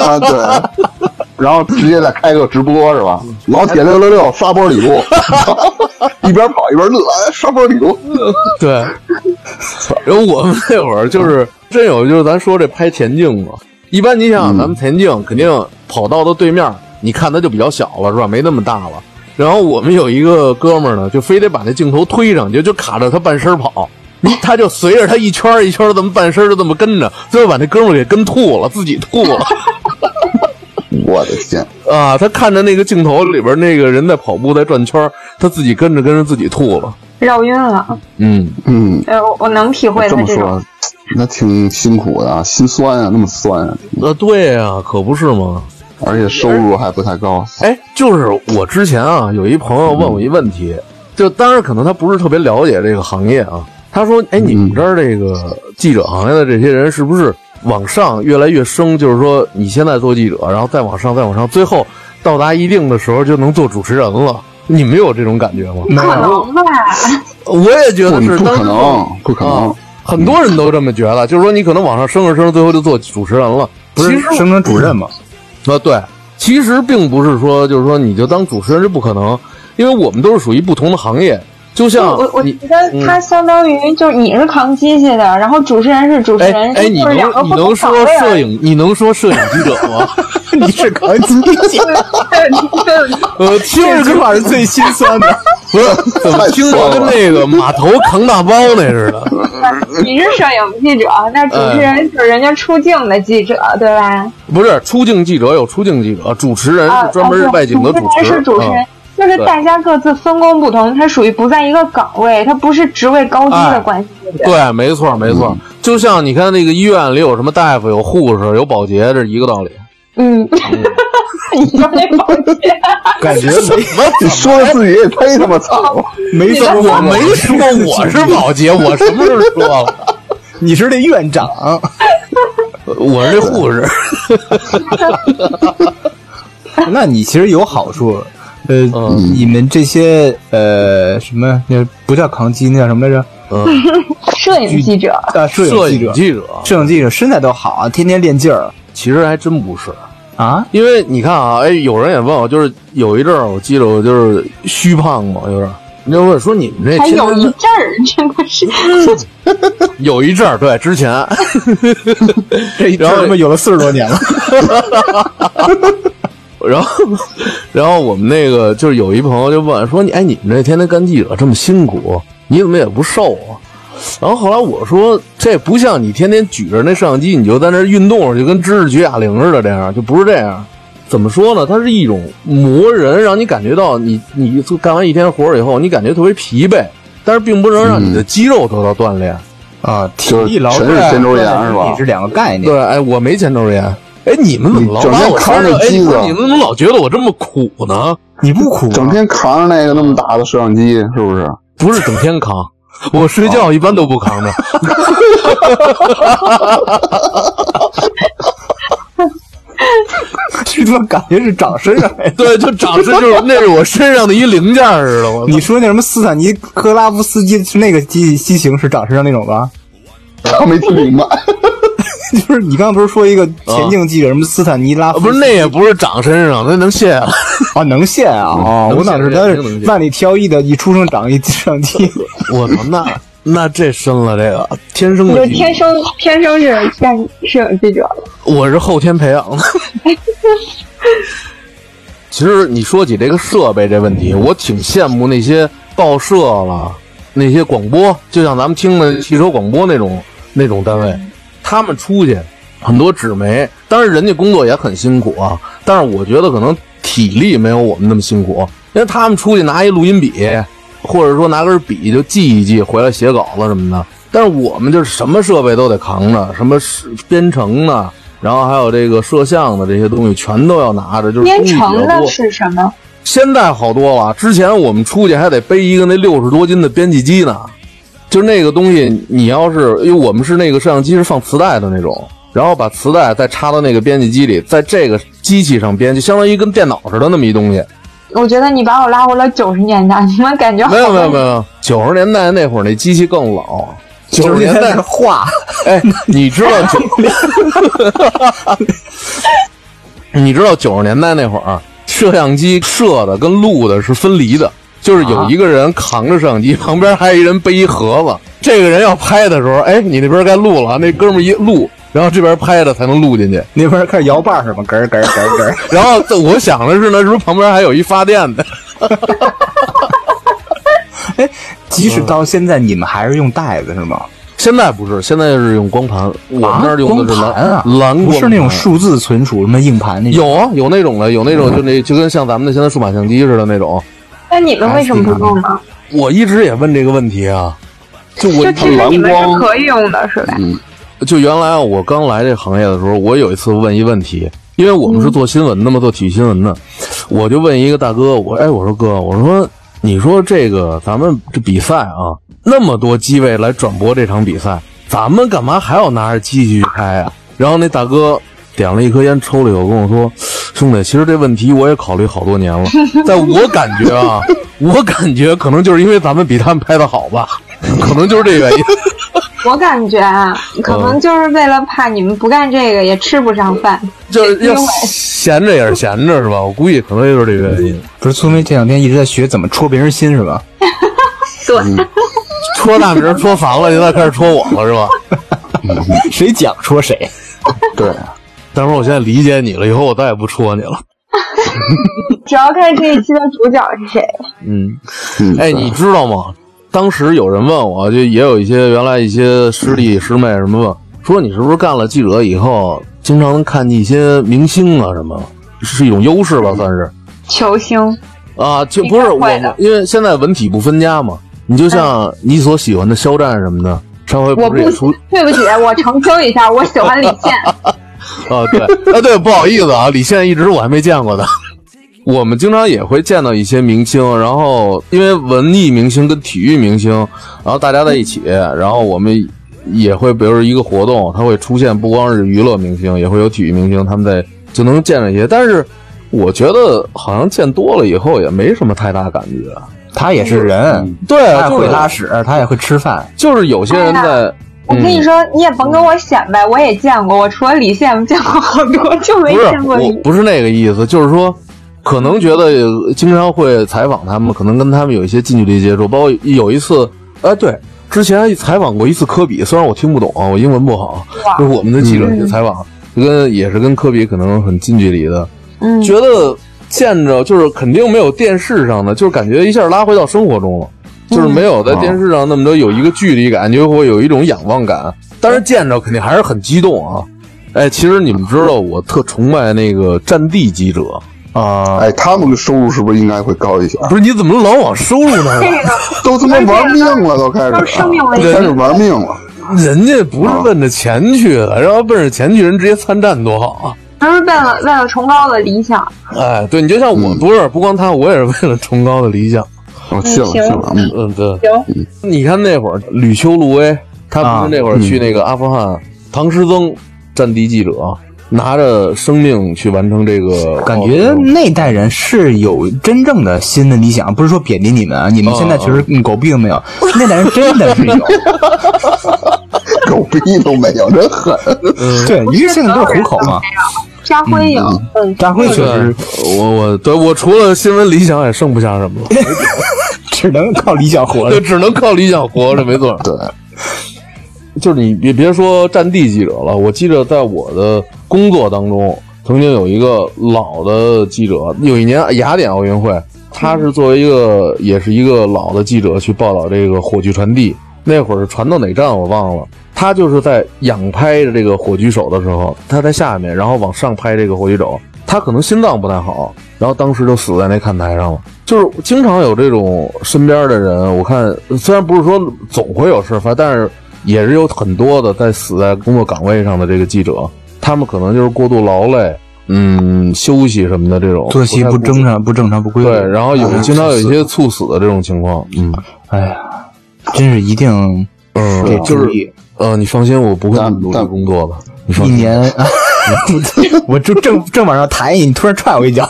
啊，对，然后直接再开个直播是吧？老铁六六六刷波礼物， 一边跑一边乐，哎刷波礼物。
对，然后我们那会儿就是真有，就是咱说这拍田径嘛，一般你想想咱们田径肯定跑道的对面，你看它就比较小了，是吧？没那么大了。然后我们有一个哥们儿呢，就非得把那镜头推上去，就卡着他半身跑，你他就随着他一圈儿一圈儿这么半身儿就这么跟着，最后把那哥们儿给跟吐了，自己吐了。
我的天，
啊，他看着那个镜头里边那个人在跑步在转圈儿，他自己跟着跟着自己吐了。
绕晕了。
嗯，
嗯，
呃，我我能体会
这
他
么
这种。
说，那挺辛苦的啊，心酸啊，那么酸啊，
呃，对啊，可不是吗？
而且收入还不太高。
哎，就是我之前啊，有一朋友问我一问题，就当然可能他不是特别了解这个行业啊。他说：“哎，你们这儿这个记者行业的这些人是不是往上越来越升？就是说，你现在做记者，然后再往上，再往上，最后到达一定的时候就能做主持人了？你们有这种感觉吗？
没
可
有，
能吧，哎
我也觉得
不，
是，
不
当
可
时
能，不可能
啊。很多人都这么觉得，就是说你可能往上升着升着，最后就做主持人了。
不
其
是
实
升成主任嘛？
啊，对，其实并不是说就是说你就当主持人是不可能，因为我们都是属于不同的行业。就像
我我
你，嗯
觉得他相当于就是你是扛机器的，然后主持人是主持
哎
人，
哎，
是
你
就是
能
两个
你
不
能
同
说
岗位而
摄
已。
影，你能说摄影记者吗？
你是扛机器，
对对
呃，听着 跟
话是最心酸的。
不是怎么听着跟那个码头扛大包那似的。
对， 你是摄影记者，那主
嗯
持人就是人家出镜的记者，对吧？
不是出镜记者有出镜记者，主持人
啊，
是专门
啊
是
对
外景的主
持
持，
人是主持人
啊。
就是
对
大家各自分工不同，他属于不在一个岗位，他不是职位高低
哎
的关系。
对，没错没
嗯
错，就像你看那个医院里有什么大夫、有护士、有保洁，这是一个道理。
嗯，
嗯
你说那保洁，
感觉
你说的自己也忒他妈惨了，
啊
没没
你
说
我没说 我 是保洁，我什么时候说了？
你是那院长，
我是这护士。
那你其实有好处。呃，
嗯
你们这些呃什么那不叫扛机，那叫什么来着？
嗯，
摄影记者，
啊，摄
摄
影
影
记者，
记者，
摄影记者身材都好啊，天天练劲儿。
其实还真不是，
啊，
因为你看啊，哎，有人也问我，就是有一阵儿，我记得我就是虚胖嘛，有点儿。人家问说你们这
还
天
有
天
一阵儿，真的是，
嗯 有一阵儿，对，之前
这一
然后
他妈有了四十多年 了，
然后，然后我们那个就是有一朋友就问说你哎，你们这天天干记者这么辛苦，你怎么也不瘦啊？然后后来我说，这不像你天天举着那摄像机，你就在那儿运动，就跟知识举哑铃似的，这样就不是这样。怎么说呢？它是一种磨人，让你感觉到你你做干完一天活儿以后，你感觉特别疲惫，但是并不能让
嗯
你的肌肉得到锻炼。
啊，体
就是
力劳
全
动
是肩周炎是吧
你是两个概念。
对，哎，我没前抽烟。哎，你们怎么老
你整
把
天
我
扛
身
着
上？哎，
机
你
子
们怎么老觉得我这么苦呢？
你不苦啊
整
吗？
天扛着那个那么大的摄像机，是不是？
不是整天 扛，我睡觉一般都不扛 着。
这他妈感觉是长身上来 的。
对，就长身就是那是我身上的一零件儿似的。 我操
你说那什么斯坦尼科拉夫斯基是那个机机型是长身上那种吧？
他没听 明白，
就是你刚刚不是说一个田径记者什么斯坦尼拉
啊
夫
不是那也不是长身上，那能卸了。
啊能线啊？哦，
能
我脑
线
子他
能
是
线能线
万里挑一的，一出生长一摄像机。
我操，那那这深了，这个天生
你
的
就
基因
天生天生是干摄影记者了。
我是后天培养的。其实你说起这个设备这问题，我挺羡慕那些报社了，那些广播，就像咱们听的汽车广播那种那种单位，他们出去很多纸媒，当然人家工作也很辛苦啊，但是我觉得可能体力没有我们那么辛苦，因为他们出去拿一录音笔，或者说拿根笔就记一记，回来写稿子什么的。但是我们就是什么设备都得扛着，什么是编程呢，然后还有这个摄像的这些东西全都要拿着，就是
编
东西比较
程的
多。
是什么？
现在好多了，之前我们出去还得背一个那六十多斤的编辑机呢，就是那个东西，你要是因为我们是那个摄像机是放磁带的那种，然后把磁带再插到那个编辑机里，在这个机器上编，就相当于跟电脑似的那么一东西。
我觉得你把我拉回了九十年代，你们感觉好
没有没有没有，九十年代那会儿那机器更老， 九十年代
是画，
哎， 你知道九，你知道九十年代那会儿啊，摄像机摄的跟录的是分离的，就是有一个人扛着摄像机，旁边还有一人背一盒子。这个人要拍的时候，哎，你那边该录了，那哥们儿一录，然后这边拍的才能录进去。
那边开始摇把儿是吧？咯儿咯儿咯儿 咯儿。
然后我想的是呢，是不是旁边还有一发电的？
即使到现在，你们还是用袋子是吗？
现在不是，现在是用光盘，我们那儿用的是蓝、
啊光盘啊，
蓝光
不是那种
盘
数字存储什么硬盘那
嗯
种。
有啊，有那种的，有那种就那就跟像咱们的现在数码相机似的那种。
那你们为什么不用呢？
我一直也问这个问题啊，就我
就其实你们
蓝
是
光
可以用的，是吧？
就原来我刚来这行业的时候，我有一次问一问题，因为我们是做新闻的嘛，做体育新闻的，我就问一个大哥，我哎，我说哥，我说你说这个咱们这比赛啊，那么多机位来转播这场比赛，咱们干嘛还要拿着机器去拍啊？然后那大哥点了一颗烟，抽了一口，跟我说：“兄弟，其实这问题我也考虑好多年了，在我感觉啊，我感觉可能就是因为咱们比他们拍的好吧， 可能就是这原因。”
我感觉啊，可能就是为了怕你们不干这个也吃不上饭。
就是要闲着也是闲着是吧？我估计可能就是这个原因。
不是苏梅这两天一直在学怎么戳别人心 是吧？
戳大名戳烦了，现在开始戳我了是吧？
谁讲戳谁。
对，
但是我现在理解你了，以后我再也不戳你了。
主要看这一期的主角是谁。
嗯，
嗯，
哎，你知道吗？当时有人问我，就也有一些原来一些师弟师妹什么问，说你是不是干了记者以后，经常能看见一些明星啊什么，是一种优势吧，算是
球星，
啊，就
应该
不是我
会的，
因为现在文体不分家嘛，你就像你所喜欢的肖战什么的，上回
我
不是也出
不，对不起，我澄清一下，我喜欢李现。
哦，对，啊，对，不好意思啊，李现一直我还没见过的。 我们经常也会见到一些明星，然后因为文艺明星跟体育明星，然后大家在一起，然后我们也会，比如说一个活动，它会出现不光是娱乐明星，也会有体育明星，他们在就能见着一些。但是我觉得好像见多了以后也没什么太大感觉。
他也是人，
对啊
他也
嗯就
会
是
拉屎，他也会吃饭。
就是有些人在嗯
我跟你说，你也甭跟我显摆，我也见过，我除了李现见过好多，就没
不是
见过
我
你。
不是那个意思，就是说，可能觉得经常会采访他们，可能跟他们有一些近距离接触，包括有一次，哎，对，之前采访过一次科比，虽然我听不懂啊，我英文不好，
哇嗯
就是我们的记者去采访，就跟也是跟科比可能很近距离的，
嗯，
觉得见着就是肯定没有电视上的，就是感觉一下拉回到生活中了，就是没有在电视上那么着有一个距离感，就会有一种仰望感。但是见着肯定还是很激动啊！哎，其实你们知道我特崇拜那个战地记者啊，
哎，他们的收入是不是应该会高一些？
不是你怎么老往收入那儿
这
拉？
个
都他妈玩命了，都开始
都是生命危
对
险。
开始玩命了。
人家不是奔着钱去的，然后奔着钱去，人直接参战多好啊！
不是为了为了崇高的理想，
哎，对你就像我，
嗯
不是不光他，我也是为了崇高的理想。
哦，信了
行
信了，嗯，
嗯，对。
行，
你看那会儿吕秋卢威，他不是那会儿去那个阿富汗，唐诗增战地记者，拿着生命去完成这个，
感觉
哦
那代人是有真正的新的理想，不是说贬低你
哦
们啊，你们现在其实嗯狗屁都 没有，那代人真的是有，
嗯狗逼都没有，真狠。
对，因为现在都是糊口嘛。
家辉有，嗯，
大辉确
对
实，
我我对我除了新闻理想也剩不下什么了，
只能靠理想活
就
着。
只能靠理想活着，没错。
对，
就是你别别说战地记者了，我记着在我的工作当中，曾经有一个老的记者，有一年雅典奥运会，他是作为一个也是一个老的记者去报道这个火炬传递，那会儿是传到哪站我忘了。他就是在仰拍着这个火炬手的时候，他在下面，然后往上拍这个火炬手，他可能心脏不太好，然后当时就死在那看台上了。就是经常有这种身边的人，我看呃虽然不是说总会有事发，但是也是有很多的在死在工作岗位上的这个记者，他们可能就是过度劳累，嗯，休息什么的这种
作息
不
不
太
正常，不正常，不规律。
对，然后有
哎呀
经常有一些猝死的这种情况，嗯
哎呀，真是一定得
嗯，就
注
是
意。
呃，你放心，我不会
但
努力
但
工作的，你放
一
心。
年， 我就正正往上抬你，你突然踹我一 脚，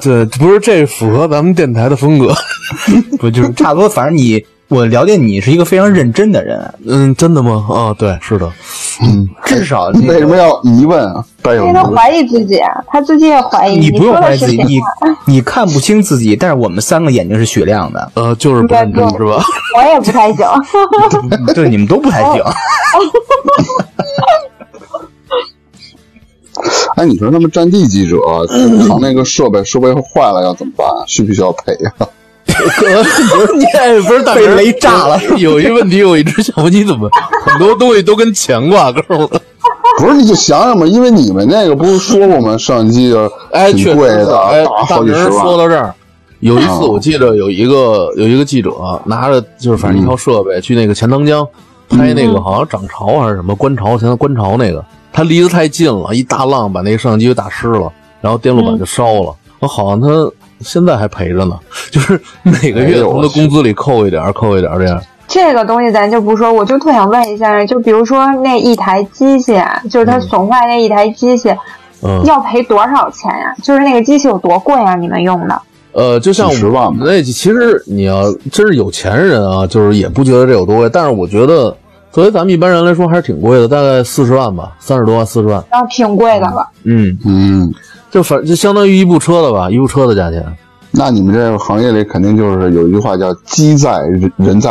对，不是这符合咱们电台的风 格。
不就是差不多？反正你，我了解你是一个非常认真的人，
嗯，真的吗？啊，对，是的。
至少那个
为什么要疑问啊？带有
嗯因为
疑
他
问，
怀疑自己，他自己也怀疑。
你不
说
用
的
怀疑
是
自己，
谁
你你看不清自己，但是我们三个眼睛是雪亮的，
呃，就是不认真
应该
是吧？
我也不太行。
对你们都不太行。
哎，你说他们战地记者扛那个设备，设备坏了要怎么办？需不需要赔啊？
你也不是大
被
明儿
雷炸了。
有一问题，我一直想问你怎么很多东西都跟钱挂钩了？
不是，你就想想吧，因为你们那个不是说过吗？摄像机啊，
哎，确
挺
实
贵
是
的，
哎
打，
大
好几
明
十
儿说
万。
到这儿，有一次
啊
我记着有一个有一个记者拿着就是反正
嗯
一套设备去那个钱塘江拍那个好像涨潮还是什么观潮，现在观潮那个，他离得太近了，一大浪把那个摄像机给打湿了，然后电路板就烧了。我好像他现在还赔着呢， 就是每个
哎
月
呦
从
我
他
去
工资里扣一点儿，扣一点儿这样。
这个东西咱就不说，我就特想问一下，就比如说那一台机器，就是他损坏那一台机器，
嗯，
要赔多少钱呀、就是那个机器有多贵啊？你们用的？
呃，就像
几十万吧
那其实你要真是有钱人啊，就是也不觉得这有多贵，但是我觉得作为咱们一般人来说还是挺贵的，大概四十万吧，三十多万、四十万，
然后挺贵的了。
嗯，
嗯，
就反就相当于一部车的吧，一部车的 价钱。
那你们这个行业里肯定就是有一句话叫“机在人人在”，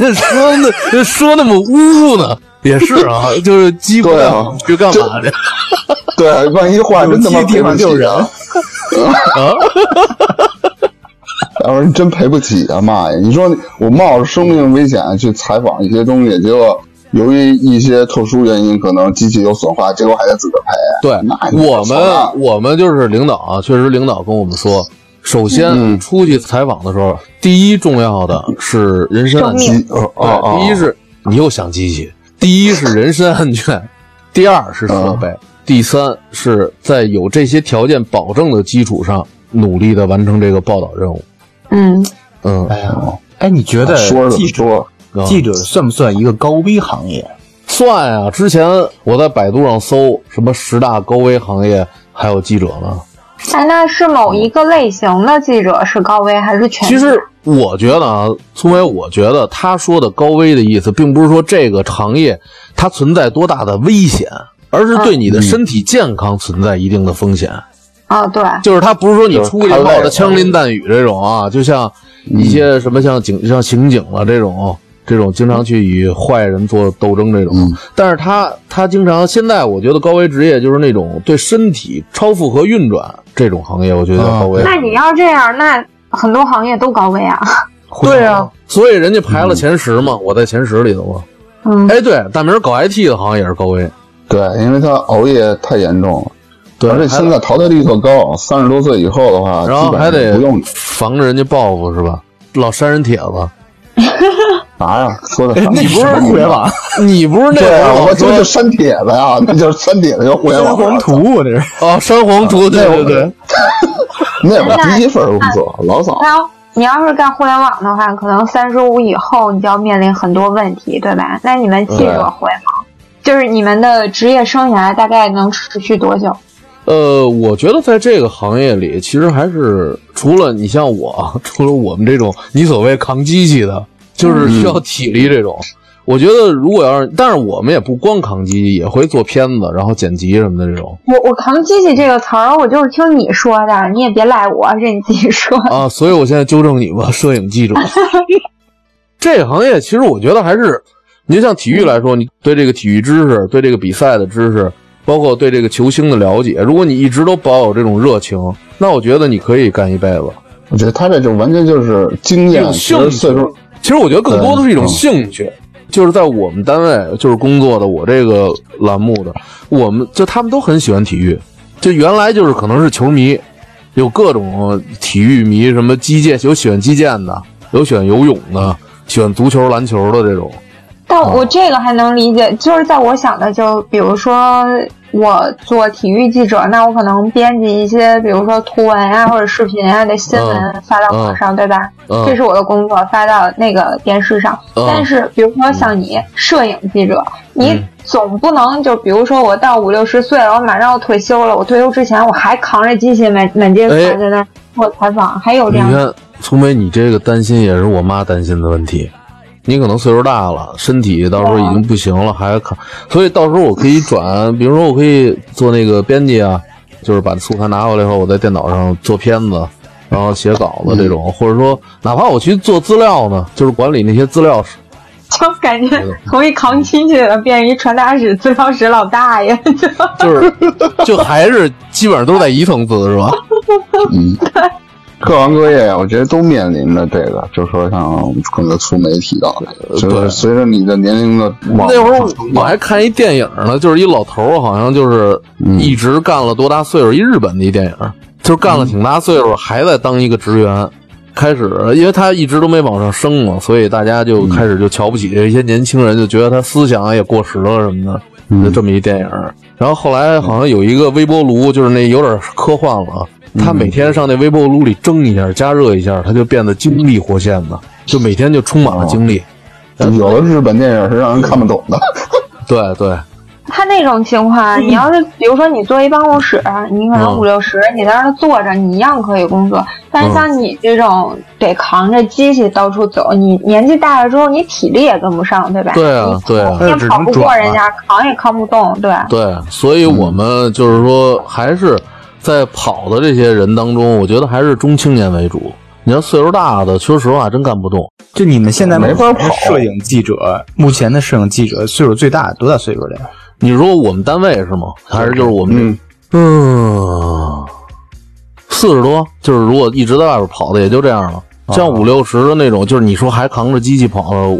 这说那说那么污呢，也是啊， 就是鸡不
对
干
啊
去干嘛去？
对，万一坏真他妈赔不起 啊！要啊不然真赔不起啊！妈呀，你说我冒着生命危险去采访一些东西，结果由于一些特殊原因，可能机器有损坏，结果还得自个儿赔。啊
对
那你
我
操啊
们，我们就是领导啊，确实领导跟我们说，首先
嗯
出去采访的时候，第一重要的是人身安全
生。
机哦哦
对，
哦，
第一是你又想机器，第一是人身安全，第二是设备，第三是在有这些条件保证的基础上，努力的完成这个报道任务。
嗯，
嗯，
哎呀，哎，你觉得
说这
记
么
者
多，
啊
记者算不算一个高危行 业？
算啊，之前我在百度上搜什么十大高危行业，还有记者呢。
哎，那是某一个类型的记者是高危还是全？
其实我觉得啊，聪伟，我觉得他说的高危的意思，并不是说这个行业它存在多大的危险，而是对你的身体健康存在一定的风险。
啊，对，
就是他不是说你出去
就是啊太累
冒着
了
枪林弹雨这种啊，就像一些什么像警像刑警了这种。这种经常去与坏人做斗争，这种，
嗯
但是他他经常现在我觉得高危职业就是那种对身体超负荷运转这种行业，我觉得叫
啊
高危。
那你要这样，那很多行业都高危啊。
对啊，所以人家排了前十嘛，我在前十里头嘛。
嗯，
哎，对，大明搞 IT 的好像也是高危，
对，因为他熬夜太严重了，
对，
而且
还
现在淘汰率特高，三十多岁以后的话，
然后
基本
还
上
得
不用
防着人家报复是吧？老扇人帖 子，
啥呀，说
哎
的
哎那不是互联网，
你不是那会
对啊，
儿
我
老
就
说
是删帖子呀，那就是删帖子就
哎
互联网
黄
了。
图，啊这是
哦，扇黄 图，对对对，
那会儿第一份工作，老早
那你要是干互联网的话，可能三十五以后你就要面临很多问题，对吧？那你们记者会吗？就是你们的职业生涯大概能持续多久？
呃，我觉得在这个行业里，其实还是除了你像我，啊除了我们这种你所谓扛机器的，就是
嗯
需要体力这种。我觉得如果要是，但是我们也不光扛机器，也会做片子，然后剪辑什么的这种
我我扛机器这个词儿，我就是听你说的，你也别赖我，是你自己说的。
啊。所以我现在纠正你吧，摄影记者。这个行业其实我觉得还是，你就像体育来说，你对这个体育知识、对这个比赛的知识，包括对这个球星的了解，如果你一直都保有这种热情，那我觉得你可以干一辈子。
我觉得他这就完全就是经验
有，
其实
兴
岁
趣
数。
其实我觉得更多的是一种兴趣，就是在我们单位就是工作的我这个栏目的，我们就他们都很喜欢体育，就原来就是可能是球迷，有各种体育迷，什么击剑有喜欢击剑的，有喜欢游泳的，喜欢足球、篮球的这种。
但
嗯
我这个还能理解，就是在我想的，就比如说我做体育记者，那我可能编辑一些，比如说图文啊或者视频啊的新
嗯
闻发到网上，对吧？
嗯
这是我的工作，发到那个电视上。
嗯
但是，比如说像你、摄影记者，你总不能就比如说我到五六十岁了，我马上要退休了，我退休之前我还扛着机器满满街跑
哎
在那儿做采访，还有这
你
样的。
看，聪梅，你这个担心也是我妈担心的问题。你可能岁数大了，身体到时候已经不行了，还看，所以到时候我可以转，比如说我可以做那个编辑啊，就是把素材拿回来以后，我在电脑上做片子，然后写稿子这种，或者说哪怕我去做资料呢，就是管理那些资料，
就感觉
嗯
从一扛亲戚的变成一传达室资料室老大爷，就
就是就还是基本上都是在一层次，是吧？
嗯，各行各业，啊我觉得都面临着这个，就说像刚才粗梅提到的，就
对
是随着你的年龄的往
那会儿
上
我还看一电影呢，就是一老头儿，好像就是一直干了多大岁数，一日本的一电影，就是干了挺大岁数，还在当一个职员。开始，因为他一直都没往上升嘛，所以大家就开始就瞧不起这些年轻人，就觉得他思想也过时了什么的，就这么一电影。然后后来好像有一个微波炉，就是那有点科幻了啊，他每天上那微波炉里蒸一下，加热一下，他就变得精力活现的，就每天就充满了精力。
有的日本电影是让人看不懂的，
对对，
他那种情 况，你要是比如说你坐一办公室，你可能
嗯
五六十，你在那儿坐着，你一样可以工作。但是像你这种得扛着机器到处走，你年纪大了之后，你体力也跟不上，对吧？
嗯对啊对啊
你也跑不过人家，扛也扛不动，对。
对，所以我们就是说，还是在跑的这些人当中，我觉得还是中青年为主。你要岁数大的，说实话真干不动。
就你们现在
没法
目前的摄影记者，目前的摄影记者岁数最大多大岁数的呀？
你说我们单位是吗？还是就是我们
嗯，
这嗯，四十多，就是如果一直在外边跑的，也就这样了。像五六十的那种，就是你说还扛着机器跑，呃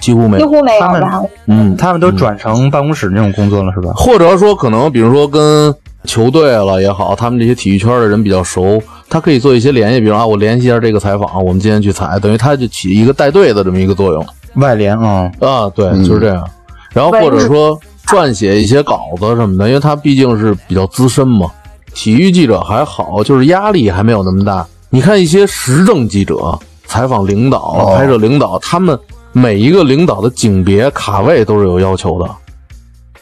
几乎没
几
有。
乎没有
他们
吧？
嗯，
他们都转成办公室那种工作了，是吧？
或者说可能比如说跟球队了也好，他们这些体育圈的人比较熟，他可以做一些联系，比如啊，我联系一下这个采访，我们今天去采，等于他就起一个带队的这么一个作用
外联啊，
啊，对，
嗯
就是这样。然后或者说撰写一些稿子什么的，因为他毕竟是比较资深嘛。体育记者还好，就是压力还没有那么大。你看一些时政记者采访领导、
哦
拍摄领导，他们每一个领导的景别、卡位都是有要求的。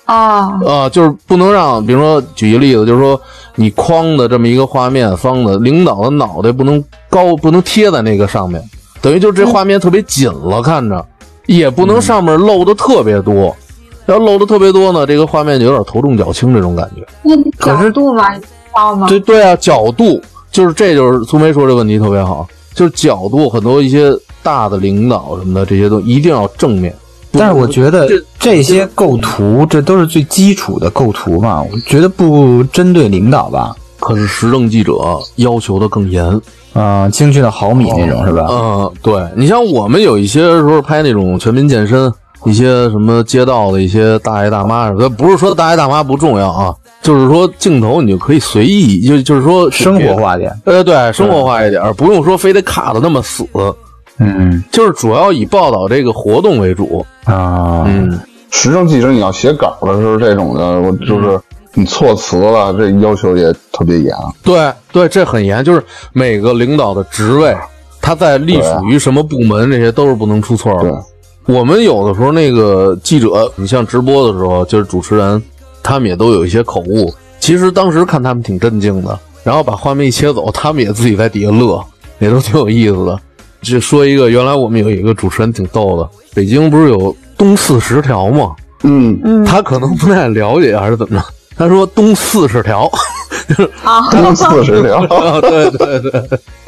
哦，
啊，就是不能让，比如说举一个例子，就是说你框的这么一个画面方的，领导的脑袋不能高，不能贴在那个上面，等于就是这画面特别紧了，看着也不能上面露的特别多，要露的特别多呢，这个画面就有点头重脚轻这种感觉。
那角
可是
度嘛，你高吗？
对对啊，角度就是这就是苏梅说这问题特别好，就是角度很多一些大的领导什么的这些都一定要正面。不
但是我觉得
这
这些构图，这都是最基础的构图嘛，我觉得不针对领导吧，
可是时政记者要求的更严。
嗯、精确到毫米那种是吧？
嗯，对你像我们有一些时候拍那种全民健身，一些什么街道的一些大爷大妈什么的，不是说大爷大妈不重要啊，就是说镜头你就可以随意，就就是说
生活，化点，
呃，对，生活化一点，不用说非得卡的那么死，
嗯
就是主要以报道这个活动为主。
啊，
嗯，
时政记者你要写稿的时候，这种的我就是你措辞了，这要求也特别严。
对对，这很严，就是每个领导的职位，他在隶属于什么部门，这些都是不能出错的。
对，
我们有的时候那个记者，你像直播的时候，就是主持人，他们也都有一些口误。其实当时看他们挺震惊的，然后把画面一切走，他们也自己在底下乐，也都挺有意思的。就说一个，原来我们有一个主持人挺逗的，北京不是有东四十条吗？
嗯，
嗯
他可能不太了解还是怎么着，他说东四十条。
啊，
多四十 条。
啊，对对对，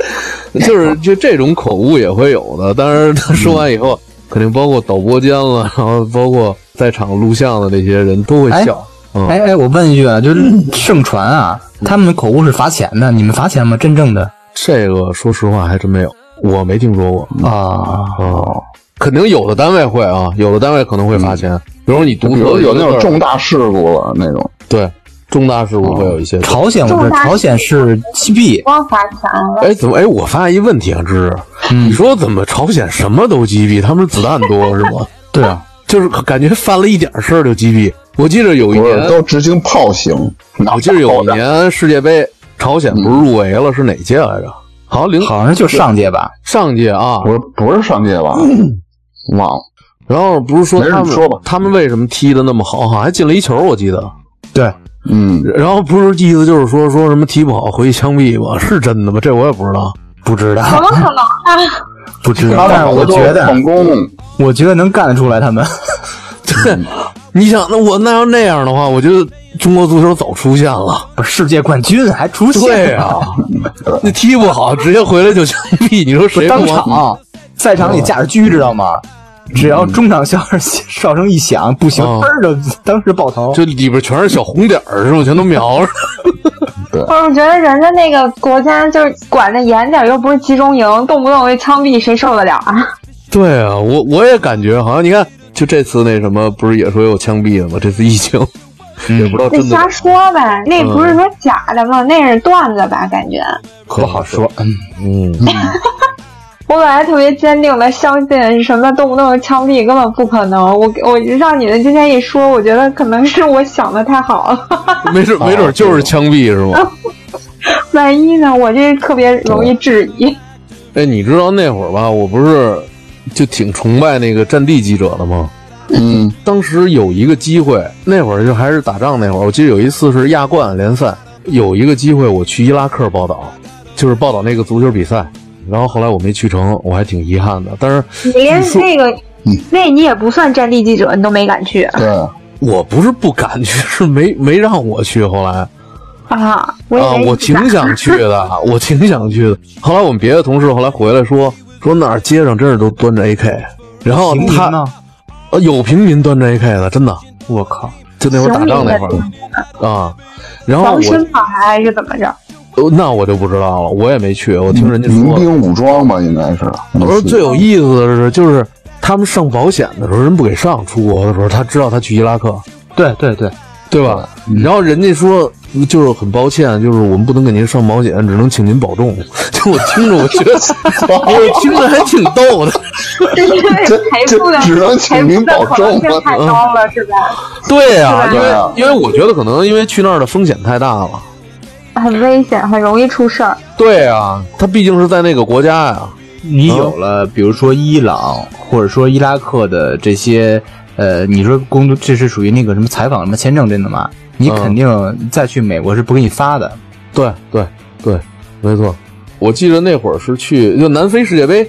就是就这种口误也会有的。当然，他说完以
嗯
后，肯定包括导播间了，然后包括在场录像的那些人都会笑。嗯
哎哎，我问一句啊，就是盛传啊，他们口误是罚钱的，你们罚钱吗？真正的
哎
这个说实话还真没有，我没听说过。
啊，
哦，肯定有的单位会啊，有的单位可能会罚钱，比如说你
比
读
如
错
嗯有那种
重
重大事故了那种，
对重大事故会有一
哦
些。
朝鲜我知
重
道，
大
朝鲜是七 B，
光罚钱了。
哎，怎么？哎，我发现一问题啊，芝芝，
嗯
你说怎么朝鲜什么都击毙？他们子弹多是吗？
对啊，
就是感觉犯了一点事儿就击毙。我记得有一
不
年
是，都执行炮刑。啊
我记得 有一年世界杯，朝鲜不是入围了，是哪届来着？好像零
好像就上届吧，
上届啊。
不是不是上届吧？忘了，
然后不是说
没事
他
你
们
说吧
他们为什么踢的那么好？好像还进了一球，我记得。
对，
嗯，
然后不是意思就是说说什么踢不好回去枪毙吧？是真的吗？这我也不知道。
不知
怎
道
么可能啊？
不知道，但
他
是
们
我觉
旷
得啊
工，
我觉得能干得出来他们。
你想，那我那要那样的话，我觉得中国足球早出现 了。
不是世界冠军还出现，
对啊， 那踢不好直接回来就枪毙，你说 谁不
当
往
场赛场里架着狙，知道吗？只要中场哨哨声一响，不行，
嗯
嘣儿就当时爆头。
就里边全是小红点儿是吧？全都瞄着。
不是，我觉得人家那个国家就是管的严点儿，又不是集中营，动不动一枪毙，谁受得了啊？
对啊，我我也感觉好像你看，就这次那什么，不是也说有枪毙的吗？这次疫情、也不知道
就
哦真的嗯
瞎说呗，那不是说假的吗？那是段子吧？感觉
可
不好说，嗯
嗯，
我本来特别坚定的相信什么动不动就枪毙根本不可能。我我让你们今天一说，我觉得可能是我想的太好了。
没准没准就是枪毙是吗？
万一呢？我这特别容易质疑。
哎，你知道那会儿吧，我不是就挺崇拜那个战地记者的吗？
嗯
当时有一个机会，那会儿就还是打仗那会儿，我记得有一次是亚冠联赛，有一个机会我去伊拉克报道，就是报道那个足球比赛，然后后来我没去成，我还挺遗憾的。但是
你连那个，
嗯
那你也不算战地记者，你都没敢去
对，
我不是不敢去，是没没让我去，后来。
啊！我以
啊，
为
我
你敢
挺想去的，我挺想去的。后来我们别的同事后来回来说，说哪儿街上真是都端着 AK，然后
平民
他
呢？
呃有平民端着 AK 的，真的，
我靠，
就那会儿打仗那会
平
儿啊。然后
防
我
身跑还是怎 么着？
呃那我就不知道了，我也没去，我听人家
民
说。
兵武装吧，应该是。嗯
我说最有意思的是，就是他们上保险的时候，人不给上；出国的时候，他知道他去伊拉克，
对对对，
对吧？然后人家说，就是很抱歉，就是我们不能给您上保险，只能请您保重。 就我听着，我觉得， 我听着还挺逗的。
这因为 赔付的
这只能请您保重了
赔付
嗯
的可能性太高了，是吧？
对呀、
是吧
因
对啊
为因为我觉得可能因为去那儿的风险太大了。
很危险，很容易出事儿。
对啊呀、他毕竟是在那个国家呀、
呃你有了，比如说伊朗或者说伊拉克的这些呃，你说工作这是属于那个什么采访什么签证这种的嘛，你
嗯
肯定再去美国是不给你发的。
对对对，没错。我记得那会儿是去就南非世界杯，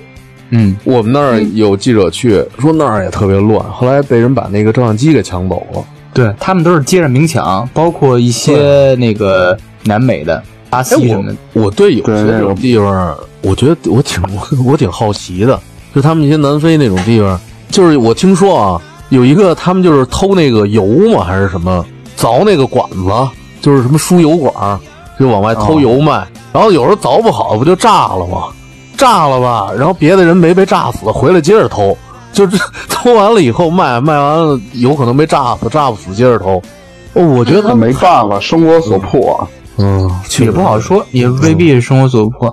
嗯，
我们那儿有记者去，说那儿也特别乱，后来被人把那个照相机给抢走了。
对他们都是接着明抢，包括一些那个南美的巴
哎，
西什么的。
我我对有些
对那
这种
个
地方，我觉得我挺我我挺好奇的，就他们一些南非那种地方，就是我听说啊，有一个他们就是偷那个油嘛，还是什么凿那个管子，就是什么输油管，就往外
哦
偷油卖，然后有时候凿不好不就炸了吗？炸了吧，然后别的人没被炸死，回来接着偷，就这 偷完了以后卖，卖完了有可能被炸死，炸不死接着偷。哦，我觉得他
那
们
没办法，生活所迫啊。
嗯
也不好，说，也未必是生活所迫，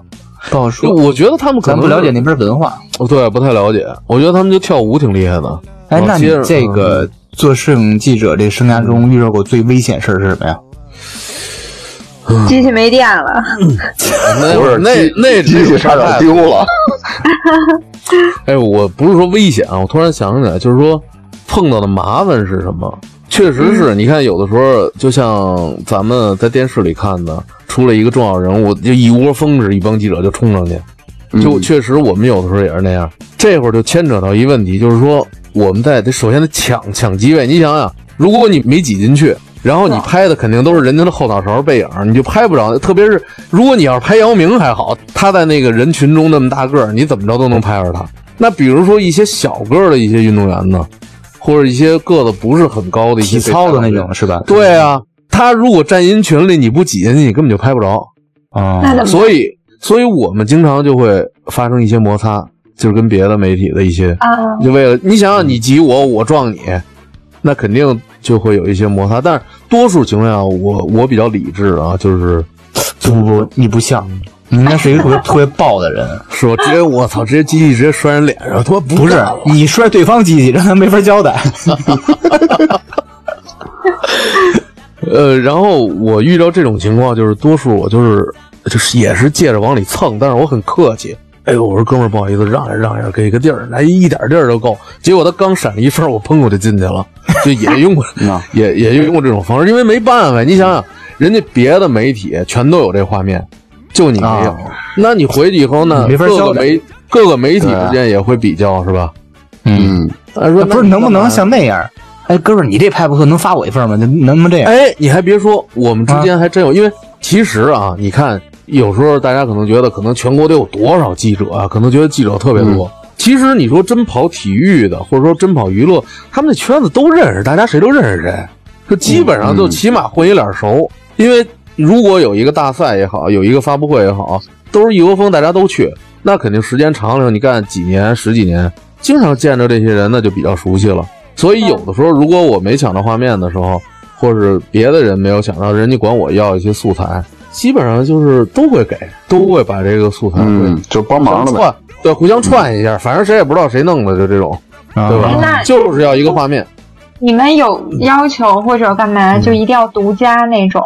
不好
确实
说。
我觉得他们可
咱
能
不了解
是
那边文化。
哦，对，不太了解。我觉得他们就跳舞挺厉害的。
哎，
哦
那你
接着
这个做摄影记者这生涯中遇到过最危险事儿是什么呀？
嗯
机器没电了，
那
不是
那
机
那
机器差点。丢了，
哎，我不是说危险啊，我突然想起来，就是说碰到的麻烦是什么？确实
嗯
是你看，有的时候就像咱们在电视里看的，出了一个重要人物，就一窝蜂似的，一帮记者就冲上去。就
嗯
确实，我们有的时候也是那样。这会儿就牵扯到一问题，就是说我们在得首先得抢抢机位。你想想，如果你没挤进去，然
嗯
后你拍的肯定都是人家的后脑勺、背影，你就拍不着。特别是如果你要是拍姚明还好，他在那个人群中那么大个儿，你怎么着都能拍着他。那比如说一些小个儿的一些运动员呢，或者一些个子不是很高的一些
体操的那
队
种是吧？
对啊，他如果站人群里你不挤进去，你根本就拍不着。
啊，
那怎么
嗯 所以，所以我们经常就会发生一些摩擦，就是跟别的媒体的一些，
啊？
就为了你想想你挤我，我撞你，那肯定就会有一些摩擦。但是多数情况下，我我比较理智啊，就是
不不，你不像，你应该是一个特别特别暴的人。
是我直接我操，直接机器直接摔人脸上，他妈
不
干
是
了，
你摔对方机器，让他没法交代。
呃，然后我遇到这种情况，就是多数我就是就是也是借着往里蹭，但是我很客气。哎呦，我说哥们儿，不好意思，让一下，让一下，给个地儿，来一点地儿都够。结果他刚闪了一分，我砰我就进去了，就也用 过，也也用过这种方式，因为没办法，你想想，人家别的媒体全都有这画面，就你没有。
啊
那你回去以后呢，
没法
各
交
个
代
媒各个媒体
对啊
之间也会比较，是吧？
嗯，
嗯，
他说
不是
那你
能不
干嘛
能
呀
像那样？哎，哥们儿，你这拍不错，能发我一份吗？能能不能这样？
哎，你还别说，我们之间还真有，因为其实啊，你看有时候大家可能觉得，可能全国得有多少记者啊，可能觉得记者特别多。其实你说真跑体育的，或者说真跑娱乐，他们那圈子都认识，大家谁都认识谁，就基本上就起码混一脸熟。因为如果有一个大赛也好，有一个发布会也好，都是一窝蜂，大家都去，那肯定时间长了，你干几年、十几年，经常见着这些人，那就比较熟悉了。所以有的时候，如果我没抢到画面的时候，或是别的人没有抢到，人家管我要一些素材，基本上就是都会给，都会把这个素材
嗯，就帮
互
忙
相
了呗。
串，对，互相串一下，反正谁也不知道谁弄的，就这种，对
啊
嗯
吧？
那
就是要一个画面。
你们有要求或者干
嗯
嘛，就一定要独家那种，